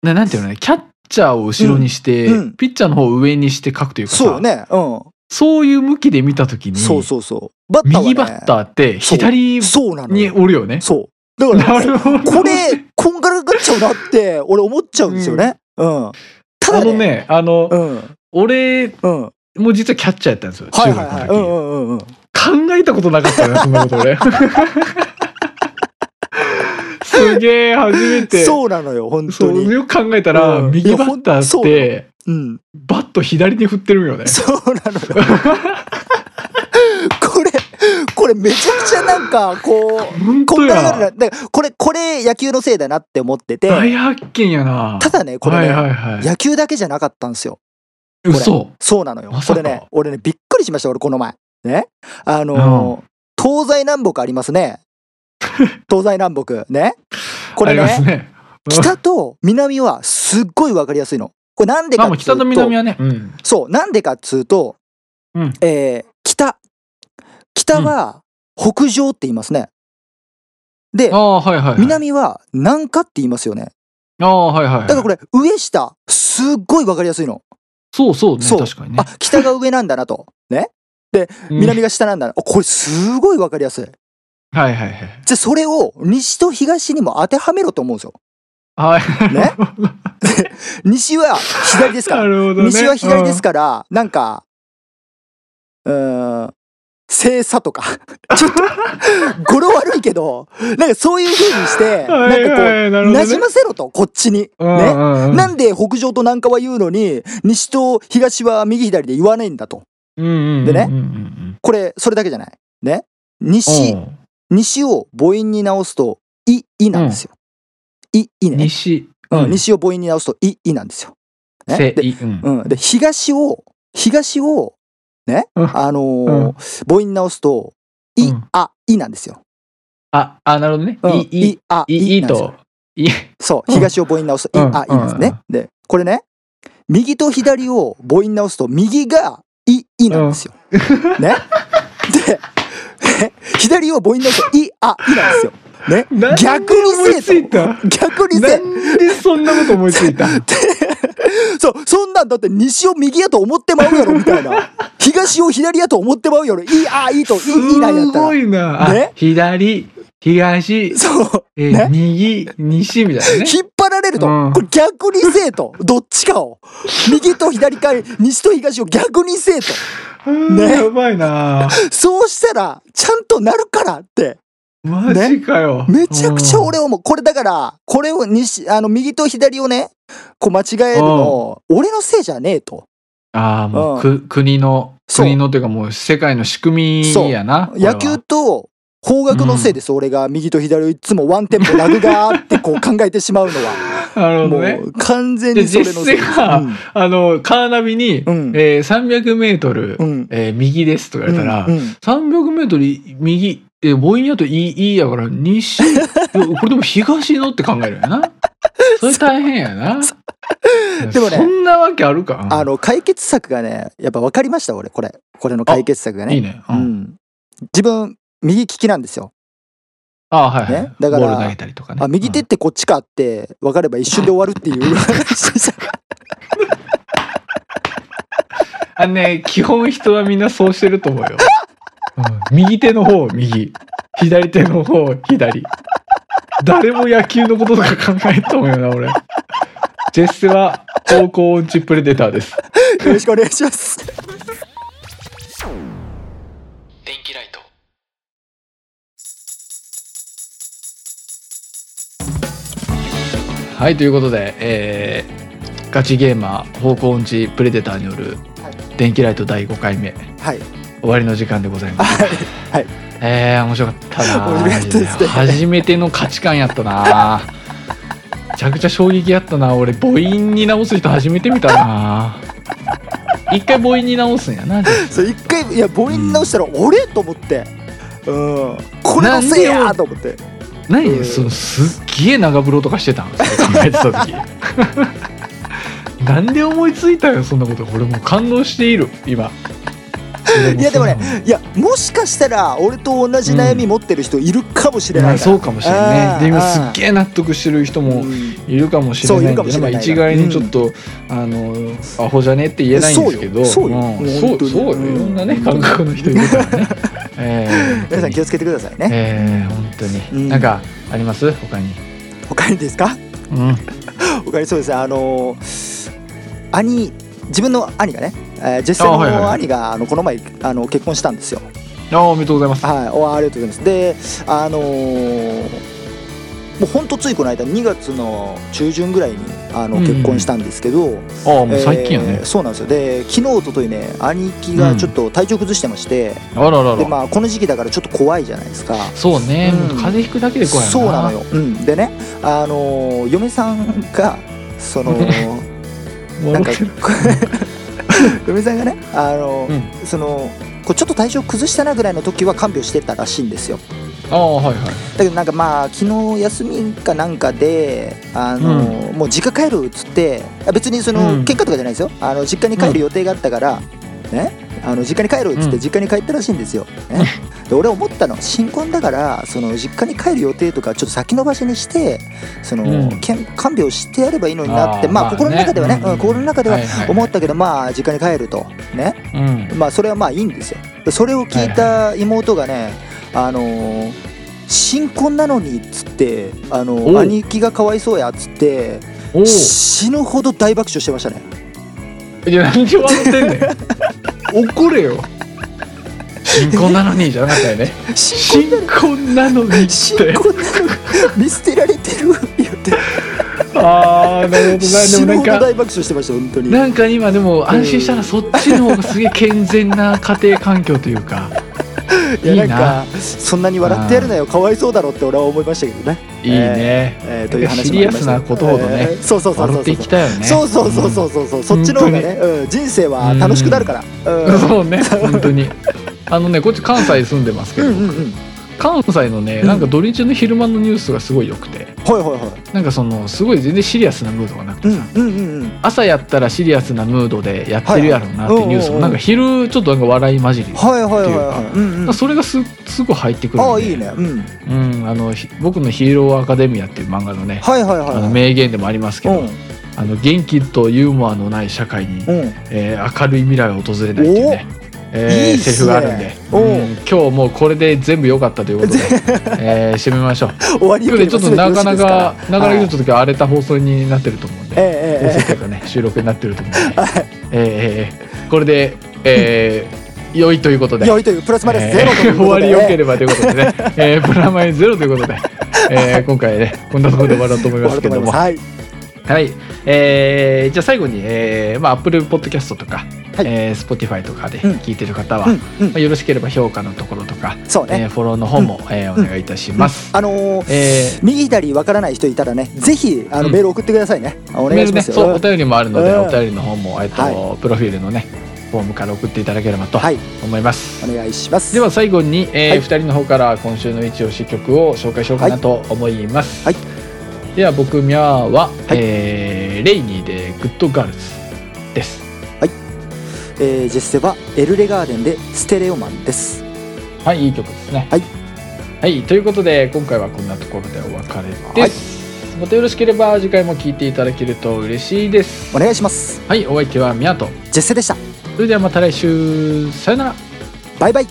[SPEAKER 1] ななんていうのね、キャッチャーを後ろにして、
[SPEAKER 2] うんうん
[SPEAKER 1] ピッチャーの方を上にして描くというかさ、
[SPEAKER 2] そうね。う
[SPEAKER 1] そういう向きで見た時
[SPEAKER 2] ん。
[SPEAKER 1] に、
[SPEAKER 2] そうそうそう。バッターは、ね。
[SPEAKER 1] 右バッターって左
[SPEAKER 2] そうなの
[SPEAKER 1] に
[SPEAKER 2] よ。
[SPEAKER 1] おるよね。
[SPEAKER 2] そう。だから、
[SPEAKER 1] なるほど。
[SPEAKER 2] これ、こんがらがっちゃうなって、俺思っちゃうんですよね。うん。た
[SPEAKER 1] あ
[SPEAKER 2] だ
[SPEAKER 1] の
[SPEAKER 2] ね
[SPEAKER 1] ね、あの、
[SPEAKER 2] うん。
[SPEAKER 1] 俺
[SPEAKER 2] うん。は
[SPEAKER 1] も実はキャッチャーやったんですよ、
[SPEAKER 2] い
[SPEAKER 1] 中
[SPEAKER 2] はい
[SPEAKER 1] 学の
[SPEAKER 2] はい。
[SPEAKER 1] 時。
[SPEAKER 2] うんうんうんうん。
[SPEAKER 1] 考えたことなかったな、そんなこと 俺。すげえ、初めて。
[SPEAKER 2] そうなのよ、本当
[SPEAKER 1] そう
[SPEAKER 2] に。
[SPEAKER 1] よく考えたら、
[SPEAKER 2] うん
[SPEAKER 1] 右バッタ
[SPEAKER 2] いやほん
[SPEAKER 1] ー
[SPEAKER 2] そ
[SPEAKER 1] っ
[SPEAKER 2] うだ
[SPEAKER 1] て、
[SPEAKER 2] うん。
[SPEAKER 1] バット左に振ってるよね。
[SPEAKER 2] そうなのよ。 これ、これめちゃくちゃなんか、こう、
[SPEAKER 1] 本
[SPEAKER 2] こ
[SPEAKER 1] 当
[SPEAKER 2] んがらがるな。
[SPEAKER 1] や。
[SPEAKER 2] だからこれ、これ野球のせいだなって思ってて、
[SPEAKER 1] 大発見やな。
[SPEAKER 2] ただね、これね、
[SPEAKER 1] はいはいはい。
[SPEAKER 2] 野球だけじゃなかったんですよ。れ
[SPEAKER 1] 嘘。
[SPEAKER 2] そうなのよ。
[SPEAKER 1] ま
[SPEAKER 2] こ
[SPEAKER 1] さ
[SPEAKER 2] れ
[SPEAKER 1] か
[SPEAKER 2] ね、俺ね、びっくりしました、俺この前。ね。あのー東西南北ありま すね。東西南北。ね。これ
[SPEAKER 1] あります
[SPEAKER 2] ね、
[SPEAKER 1] ね。
[SPEAKER 2] 北と南はすっごいわかりやすいの。これなんで
[SPEAKER 1] ま
[SPEAKER 2] か
[SPEAKER 1] あ
[SPEAKER 2] っ
[SPEAKER 1] まあ
[SPEAKER 2] つう
[SPEAKER 1] 北と南
[SPEAKER 2] と、
[SPEAKER 1] はね。うん。
[SPEAKER 2] そう、なんでかっつうと、
[SPEAKER 1] うん
[SPEAKER 2] えー北。北は北上って言いますね。で
[SPEAKER 1] あ、あ、はいはいはい。
[SPEAKER 2] 南は南下って言いますよね。
[SPEAKER 1] ああ、はいはいはい。
[SPEAKER 2] だからこれ、上下、すっごいわかりやすいの。
[SPEAKER 1] そうそうね。
[SPEAKER 2] そう
[SPEAKER 1] 確かにね
[SPEAKER 2] あ。、北が上なんだ なと。
[SPEAKER 1] うん
[SPEAKER 2] ね。南が下なんだな。あこれ、すごいわかりやすい。
[SPEAKER 1] はいはいはい。
[SPEAKER 2] じゃあそれを西と東にも当てはめろと思うんですよ。
[SPEAKER 1] はい。
[SPEAKER 2] ね西は左です か
[SPEAKER 1] な
[SPEAKER 2] ら。
[SPEAKER 1] るほどね。
[SPEAKER 2] 西は左です
[SPEAKER 1] か
[SPEAKER 2] から、なんか、うーん、正差とか。 ちょっと、語呂悪いけど、なんかそういう風にして、
[SPEAKER 1] は
[SPEAKER 2] なん
[SPEAKER 1] い
[SPEAKER 2] かこう、
[SPEAKER 1] はい。なるほど
[SPEAKER 2] 馴
[SPEAKER 1] ね
[SPEAKER 2] 染ませろと、こっちに。ね。
[SPEAKER 1] うんうんうん
[SPEAKER 2] なんで北上と南下は言うのに、西と東は右左で言わないんだと。
[SPEAKER 1] うんうんうんうんうん
[SPEAKER 2] でねこれ、それだけじゃない。ね。西、
[SPEAKER 1] うん
[SPEAKER 2] 西を母音に直すと、い、いなんですよ。い、いね。
[SPEAKER 1] 西、
[SPEAKER 2] うん、西を母音に直すと、い、いなんですよ。ね
[SPEAKER 1] 西
[SPEAKER 2] で、
[SPEAKER 1] うん
[SPEAKER 2] うん。で、東を、東を、ね、
[SPEAKER 1] うん
[SPEAKER 2] あのー
[SPEAKER 1] うん
[SPEAKER 2] 母音に直すと、い、
[SPEAKER 1] うん
[SPEAKER 2] あ、いなんですよ。
[SPEAKER 1] あ、あ、なるほどね
[SPEAKER 2] うん。
[SPEAKER 1] い、い、
[SPEAKER 2] あ、
[SPEAKER 1] い、い
[SPEAKER 2] なんですよ
[SPEAKER 1] と。い、
[SPEAKER 2] そう、
[SPEAKER 1] うん
[SPEAKER 2] 東を母音に直すと、い、
[SPEAKER 1] うん
[SPEAKER 2] あ、いなんです
[SPEAKER 1] う
[SPEAKER 2] ね。で、これね、右と左を母音に直すと、右が、い、いなんですよ。ね。で、え左を母音に直すと、い、あ、いなんですよ。ね。
[SPEAKER 1] なんで
[SPEAKER 2] 逆にせえと
[SPEAKER 1] 思いついた
[SPEAKER 2] 逆に
[SPEAKER 1] な
[SPEAKER 2] せ、
[SPEAKER 1] んでそんなこと思いついた
[SPEAKER 2] そう、そんなんだって西を右やと思ってまうやろ、みた いな。東を左やと思ってまうやろ、い、あ、いと、い、
[SPEAKER 1] す
[SPEAKER 2] いなんやった
[SPEAKER 1] ご
[SPEAKER 2] ら。
[SPEAKER 1] いな。あ
[SPEAKER 2] ね
[SPEAKER 1] 左、東、
[SPEAKER 2] そう。
[SPEAKER 1] えー
[SPEAKER 2] ね
[SPEAKER 1] 右、西みたいなね。
[SPEAKER 2] 引っ張られると、
[SPEAKER 1] うん
[SPEAKER 2] これ逆にせえと、どっちかを。右と左か、西と東を逆にせえと。
[SPEAKER 1] うん
[SPEAKER 2] ね
[SPEAKER 1] やばいな。
[SPEAKER 2] そうしたら、ちゃんとなるからって。
[SPEAKER 1] マジかよ。
[SPEAKER 2] めちゃくちゃ俺
[SPEAKER 1] を。
[SPEAKER 2] 思う。これだから、これを西、あの、右と左をね、こう間違えるの、俺のせいじゃねえと。
[SPEAKER 1] ああ、もう
[SPEAKER 2] う
[SPEAKER 1] く国の、
[SPEAKER 2] そう
[SPEAKER 1] 国のというかもう世界の仕組みやな。これは
[SPEAKER 2] 野球と方角のせいです、俺が右と左をいつもワンテンポラグがあっ てこう考えてしまうのは。
[SPEAKER 1] なるほ
[SPEAKER 2] も
[SPEAKER 1] どね。
[SPEAKER 2] う完全にそれのせいで
[SPEAKER 1] で実
[SPEAKER 2] す。
[SPEAKER 1] 際はあの、カーナビに、
[SPEAKER 2] うん
[SPEAKER 1] えー300メートル
[SPEAKER 2] う、ん。
[SPEAKER 1] えー右ですとか
[SPEAKER 2] う
[SPEAKER 1] 言
[SPEAKER 2] ん。
[SPEAKER 1] われたら
[SPEAKER 2] う、ん
[SPEAKER 1] 300メートル右、えー、母音やといい、いいやから、 西、いやこれでも東のって考えるよな。それ大変や な。
[SPEAKER 2] でもね
[SPEAKER 1] そんなわけあるか。
[SPEAKER 2] あの、解決策がね、やっぱ分かりました、俺、これ。これの解決策が
[SPEAKER 1] いい
[SPEAKER 2] ね。
[SPEAKER 1] ね。う
[SPEAKER 2] うんん。自分、右利きなんですよ。
[SPEAKER 1] ああ、はい、はい
[SPEAKER 2] ねだから
[SPEAKER 1] ボール投げたりとかね。
[SPEAKER 2] あ、右手ってこっちかって分かれば一瞬で終わるっていう話でした。
[SPEAKER 1] うんあのね、基本人はみんなそうしてると思うよ。うん右手の方、右。左手の方、左。誰も野球のこととか考えんと思うよな、俺。ジェスは高校音痴プレデターです。
[SPEAKER 2] よろしくお願いします。
[SPEAKER 3] 電気ライト
[SPEAKER 1] はいということで、えーガチゲーマー方向音痴プレデターによる
[SPEAKER 2] はい
[SPEAKER 1] 電気ライト第5回目
[SPEAKER 2] はい
[SPEAKER 1] 終わりの時間でございます。
[SPEAKER 2] はい
[SPEAKER 1] えー、面白かったな
[SPEAKER 2] 面白かったですね
[SPEAKER 1] 初めての価値観やったなめちゃくちゃ衝撃やったな俺母音に直す人初めて見たな一回母音に直すんやな
[SPEAKER 2] そう一回いや母音直したら「俺?」と思ってうんこれのせいやと思って
[SPEAKER 1] 何、
[SPEAKER 2] うん
[SPEAKER 1] そのすっげえ長風呂とかしてたんそれ考えて た時なんで思いついたよそんなこと俺もう感動している今
[SPEAKER 2] いやでもねいやもしかしたら俺と同じ悩み持ってる人いるかもしれ
[SPEAKER 1] ま
[SPEAKER 2] な
[SPEAKER 1] あ
[SPEAKER 2] い
[SPEAKER 1] そう
[SPEAKER 2] か
[SPEAKER 1] かもしれない
[SPEAKER 2] あー
[SPEAKER 1] ねで今すっげえ納得してる人
[SPEAKER 2] ら
[SPEAKER 1] もいるかもしれないんで
[SPEAKER 2] そういるかもしれ
[SPEAKER 1] ま
[SPEAKER 2] な
[SPEAKER 1] あ
[SPEAKER 2] いから
[SPEAKER 1] 一概にちょっと、あのアホじゃねって言えないんですけど
[SPEAKER 2] そうよそうよ
[SPEAKER 1] ん
[SPEAKER 2] もう本当
[SPEAKER 1] そう
[SPEAKER 2] に
[SPEAKER 1] そうよ
[SPEAKER 2] うん
[SPEAKER 1] いろんなね感覚の人いるから ねえー
[SPEAKER 2] 皆さん気をつけてくださいね
[SPEAKER 1] えー本当に、
[SPEAKER 2] うん
[SPEAKER 1] なんかあります他に、
[SPEAKER 2] 他にですか
[SPEAKER 1] うん、
[SPEAKER 2] 他にそうですねあのー兄自分の兄がね、えー、実際
[SPEAKER 1] あはいはい
[SPEAKER 2] の
[SPEAKER 1] はい
[SPEAKER 2] 兄があのこの前あの結婚したんですよ
[SPEAKER 1] ああおめでとうございます
[SPEAKER 2] はいおありがとうございますであのーもうほんとついこの間2月の中旬ぐらいにあの
[SPEAKER 1] うん
[SPEAKER 2] 結婚したんですけど、
[SPEAKER 1] ああもう最近やね
[SPEAKER 2] えー、そうなんですよで昨日おとといね兄貴がちょっと体調崩してまして、
[SPEAKER 1] あらら
[SPEAKER 2] で
[SPEAKER 1] ら、
[SPEAKER 2] まあこの時期だからちょっと怖いじゃないですか
[SPEAKER 1] そうね、
[SPEAKER 2] うん
[SPEAKER 1] もう風邪ひくだけで怖いよな
[SPEAKER 2] そうなのよ、うん、でねあのー嫁さんがそ の
[SPEAKER 1] もう
[SPEAKER 2] なんか 嫁さんがねあのー、そのこうちょっと体調崩したなぐらいの時は看病してたらしいんですよ
[SPEAKER 1] ああはいはい
[SPEAKER 2] だけどなんかまあ昨日休みかなんかであの、もう実家帰るっつってあ別にその、
[SPEAKER 1] うん
[SPEAKER 2] 喧嘩とかじゃないですよあの実家に帰る予定があったから、ねあの実家に帰るっつっ
[SPEAKER 1] う
[SPEAKER 2] て
[SPEAKER 1] ん
[SPEAKER 2] 実家に帰ったらしいんですよ、ね、で俺思ったの新婚だからその実家に帰る予定とかちょっと先延ばしにしてその、
[SPEAKER 1] うん
[SPEAKER 2] けん看病してやればいいのになって
[SPEAKER 1] あー
[SPEAKER 2] まあ、
[SPEAKER 1] まあね
[SPEAKER 2] 心の中ではね、
[SPEAKER 1] うん
[SPEAKER 2] うん心の中では
[SPEAKER 1] はいはい
[SPEAKER 2] 思ったけど、まあ実家に帰るとね
[SPEAKER 1] うん
[SPEAKER 2] まあそれはまあいいんですよそれを聞いた妹がね、あのー新婚なのにっつって、あのー
[SPEAKER 1] おう
[SPEAKER 2] 兄貴がかわいそうやっつって
[SPEAKER 1] おお
[SPEAKER 2] 死ぬほど大爆笑してましたね
[SPEAKER 1] いや何で笑ってんねん 怒れよ新婚なのにじゃなかったよね
[SPEAKER 2] 新
[SPEAKER 1] 新
[SPEAKER 2] 婚なの
[SPEAKER 1] 婚なのにっ
[SPEAKER 2] 新
[SPEAKER 1] て
[SPEAKER 2] 婚なの に見捨てられてる言って
[SPEAKER 1] ああなるほどな
[SPEAKER 2] 死
[SPEAKER 1] で
[SPEAKER 2] ぬ
[SPEAKER 1] も
[SPEAKER 2] ほど
[SPEAKER 1] なんか
[SPEAKER 2] 大爆笑してました本当に
[SPEAKER 1] なんか今でも安心したらそっちの方がすげえ健全な家庭環境というか
[SPEAKER 2] いや
[SPEAKER 1] いいな
[SPEAKER 2] なんかそんなに笑ってやるなよかわいそうだろって俺は思いましたけどね、
[SPEAKER 1] いいね、
[SPEAKER 2] えー、という話
[SPEAKER 1] シ
[SPEAKER 2] もあり
[SPEAKER 1] リア
[SPEAKER 2] まし
[SPEAKER 1] ス
[SPEAKER 2] た
[SPEAKER 1] なことほどね
[SPEAKER 2] えーそうそうそう
[SPEAKER 1] 笑
[SPEAKER 2] そ
[SPEAKER 1] って
[SPEAKER 2] うそ
[SPEAKER 1] いうきたいよね
[SPEAKER 2] そうそうそうそうそうそうそっちの方がね、うん、人生は楽しくなるから、
[SPEAKER 1] う
[SPEAKER 2] うんん、
[SPEAKER 1] そうね本当にあのねこっち関西住んでますけ
[SPEAKER 2] う
[SPEAKER 1] ど、
[SPEAKER 2] んうんうん
[SPEAKER 1] 関西のね
[SPEAKER 2] うん
[SPEAKER 1] なんか土日の昼間のニュースがすごい良くて、
[SPEAKER 2] はいはいは
[SPEAKER 1] なんかそのすごい全然シリアスなムードがなくて
[SPEAKER 2] い。
[SPEAKER 1] さ、
[SPEAKER 2] うんうんうんうん。
[SPEAKER 1] 朝やったらシリアスなムードでやってるやろうなっていうニュースも
[SPEAKER 2] はい
[SPEAKER 1] な
[SPEAKER 2] はい
[SPEAKER 1] んか昼ちょっとなんか笑い混じり、
[SPEAKER 2] はいはいはいはい。うんうん。
[SPEAKER 1] それがすすぐ入ってくるんで
[SPEAKER 2] ああいいね。うん。
[SPEAKER 1] うん、あのひ僕の「ヒーローアカデミア」っていう漫画のね、
[SPEAKER 2] はいはいはい
[SPEAKER 1] あの
[SPEAKER 2] はい。
[SPEAKER 1] 名言でもありますけど、あの元気とユーモアのない社会に、
[SPEAKER 2] うんうん。
[SPEAKER 1] えー明るい未来が訪れないっていうね、えー
[SPEAKER 2] いいっ
[SPEAKER 1] セ
[SPEAKER 2] すね
[SPEAKER 1] リフがあるんで、
[SPEAKER 2] おう
[SPEAKER 1] うん今日もうこれで全部良かったというこ とで、えー締めましょう。
[SPEAKER 2] 終わり
[SPEAKER 1] 今日ね
[SPEAKER 2] よりも
[SPEAKER 1] ちょっと
[SPEAKER 2] 全て
[SPEAKER 1] な
[SPEAKER 2] よし
[SPEAKER 1] かな
[SPEAKER 2] ですら
[SPEAKER 1] かなかな
[SPEAKER 2] は
[SPEAKER 1] か
[SPEAKER 2] い
[SPEAKER 1] ちょっと荒れた放送になってると思うんで、
[SPEAKER 2] え
[SPEAKER 1] 放
[SPEAKER 2] ええ
[SPEAKER 1] 送というかね収録になってると思うんで、えーえーこれで、えー良いということ
[SPEAKER 2] えええ。
[SPEAKER 1] で
[SPEAKER 2] 良いというプラスマイナスゼロとい
[SPEAKER 1] え
[SPEAKER 2] う
[SPEAKER 1] ー
[SPEAKER 2] こ
[SPEAKER 1] 終
[SPEAKER 2] と
[SPEAKER 1] わ
[SPEAKER 2] で。
[SPEAKER 1] り良ければということでね、えープラマイゼロということで、えー今回ねこんなところで終わろうと思い
[SPEAKER 2] 終
[SPEAKER 1] ま
[SPEAKER 2] わ
[SPEAKER 1] す
[SPEAKER 2] る
[SPEAKER 1] け
[SPEAKER 2] と思
[SPEAKER 1] ど
[SPEAKER 2] い
[SPEAKER 1] も
[SPEAKER 2] ます。
[SPEAKER 1] は
[SPEAKER 2] はい。
[SPEAKER 1] い、えーじゃあ最後に、えーまあ、Apple Podcast とか、
[SPEAKER 2] はい
[SPEAKER 1] えー Spotify とかで
[SPEAKER 2] うん
[SPEAKER 1] 聞いてる方は、ま
[SPEAKER 2] うんうん
[SPEAKER 1] あ、。よろしければ評価のところとか、
[SPEAKER 2] そう
[SPEAKER 1] えー
[SPEAKER 2] ね。
[SPEAKER 1] フォローの方も、えーお願いいたします。
[SPEAKER 2] あのー
[SPEAKER 1] えー
[SPEAKER 2] 右左わからない人いたらね、ぜひあの
[SPEAKER 1] うん
[SPEAKER 2] メール送ってくださいね。お
[SPEAKER 1] メ
[SPEAKER 2] 願い
[SPEAKER 1] ール
[SPEAKER 2] しま
[SPEAKER 1] ね、
[SPEAKER 2] す
[SPEAKER 1] そう
[SPEAKER 2] よ
[SPEAKER 1] お。便りもあるので、
[SPEAKER 2] うん
[SPEAKER 1] お便りの方も、えっと
[SPEAKER 2] は
[SPEAKER 1] プロフィールのねフォームから送っていただければと
[SPEAKER 2] はい。
[SPEAKER 1] 思います。
[SPEAKER 2] お願いします。
[SPEAKER 1] では最後に、えー
[SPEAKER 2] はい
[SPEAKER 1] 2人の方から今週の一押し曲を紹介しようかなと思います、
[SPEAKER 2] はい
[SPEAKER 1] では僕ミャーは、
[SPEAKER 2] い
[SPEAKER 1] えーレイニーでグッドガールズです
[SPEAKER 2] えージェスセはエルレガーデンでステレオマンです。
[SPEAKER 1] はいいい曲ですね
[SPEAKER 2] はい、
[SPEAKER 1] はいということで今回はこんなところでお別れです、またよろしければ次回も聴いていただけると嬉しいです
[SPEAKER 2] お願いします。
[SPEAKER 1] はいお相手はミャーと
[SPEAKER 2] ジェスセでした。
[SPEAKER 1] それではまた来週さよなら
[SPEAKER 2] バイバイ。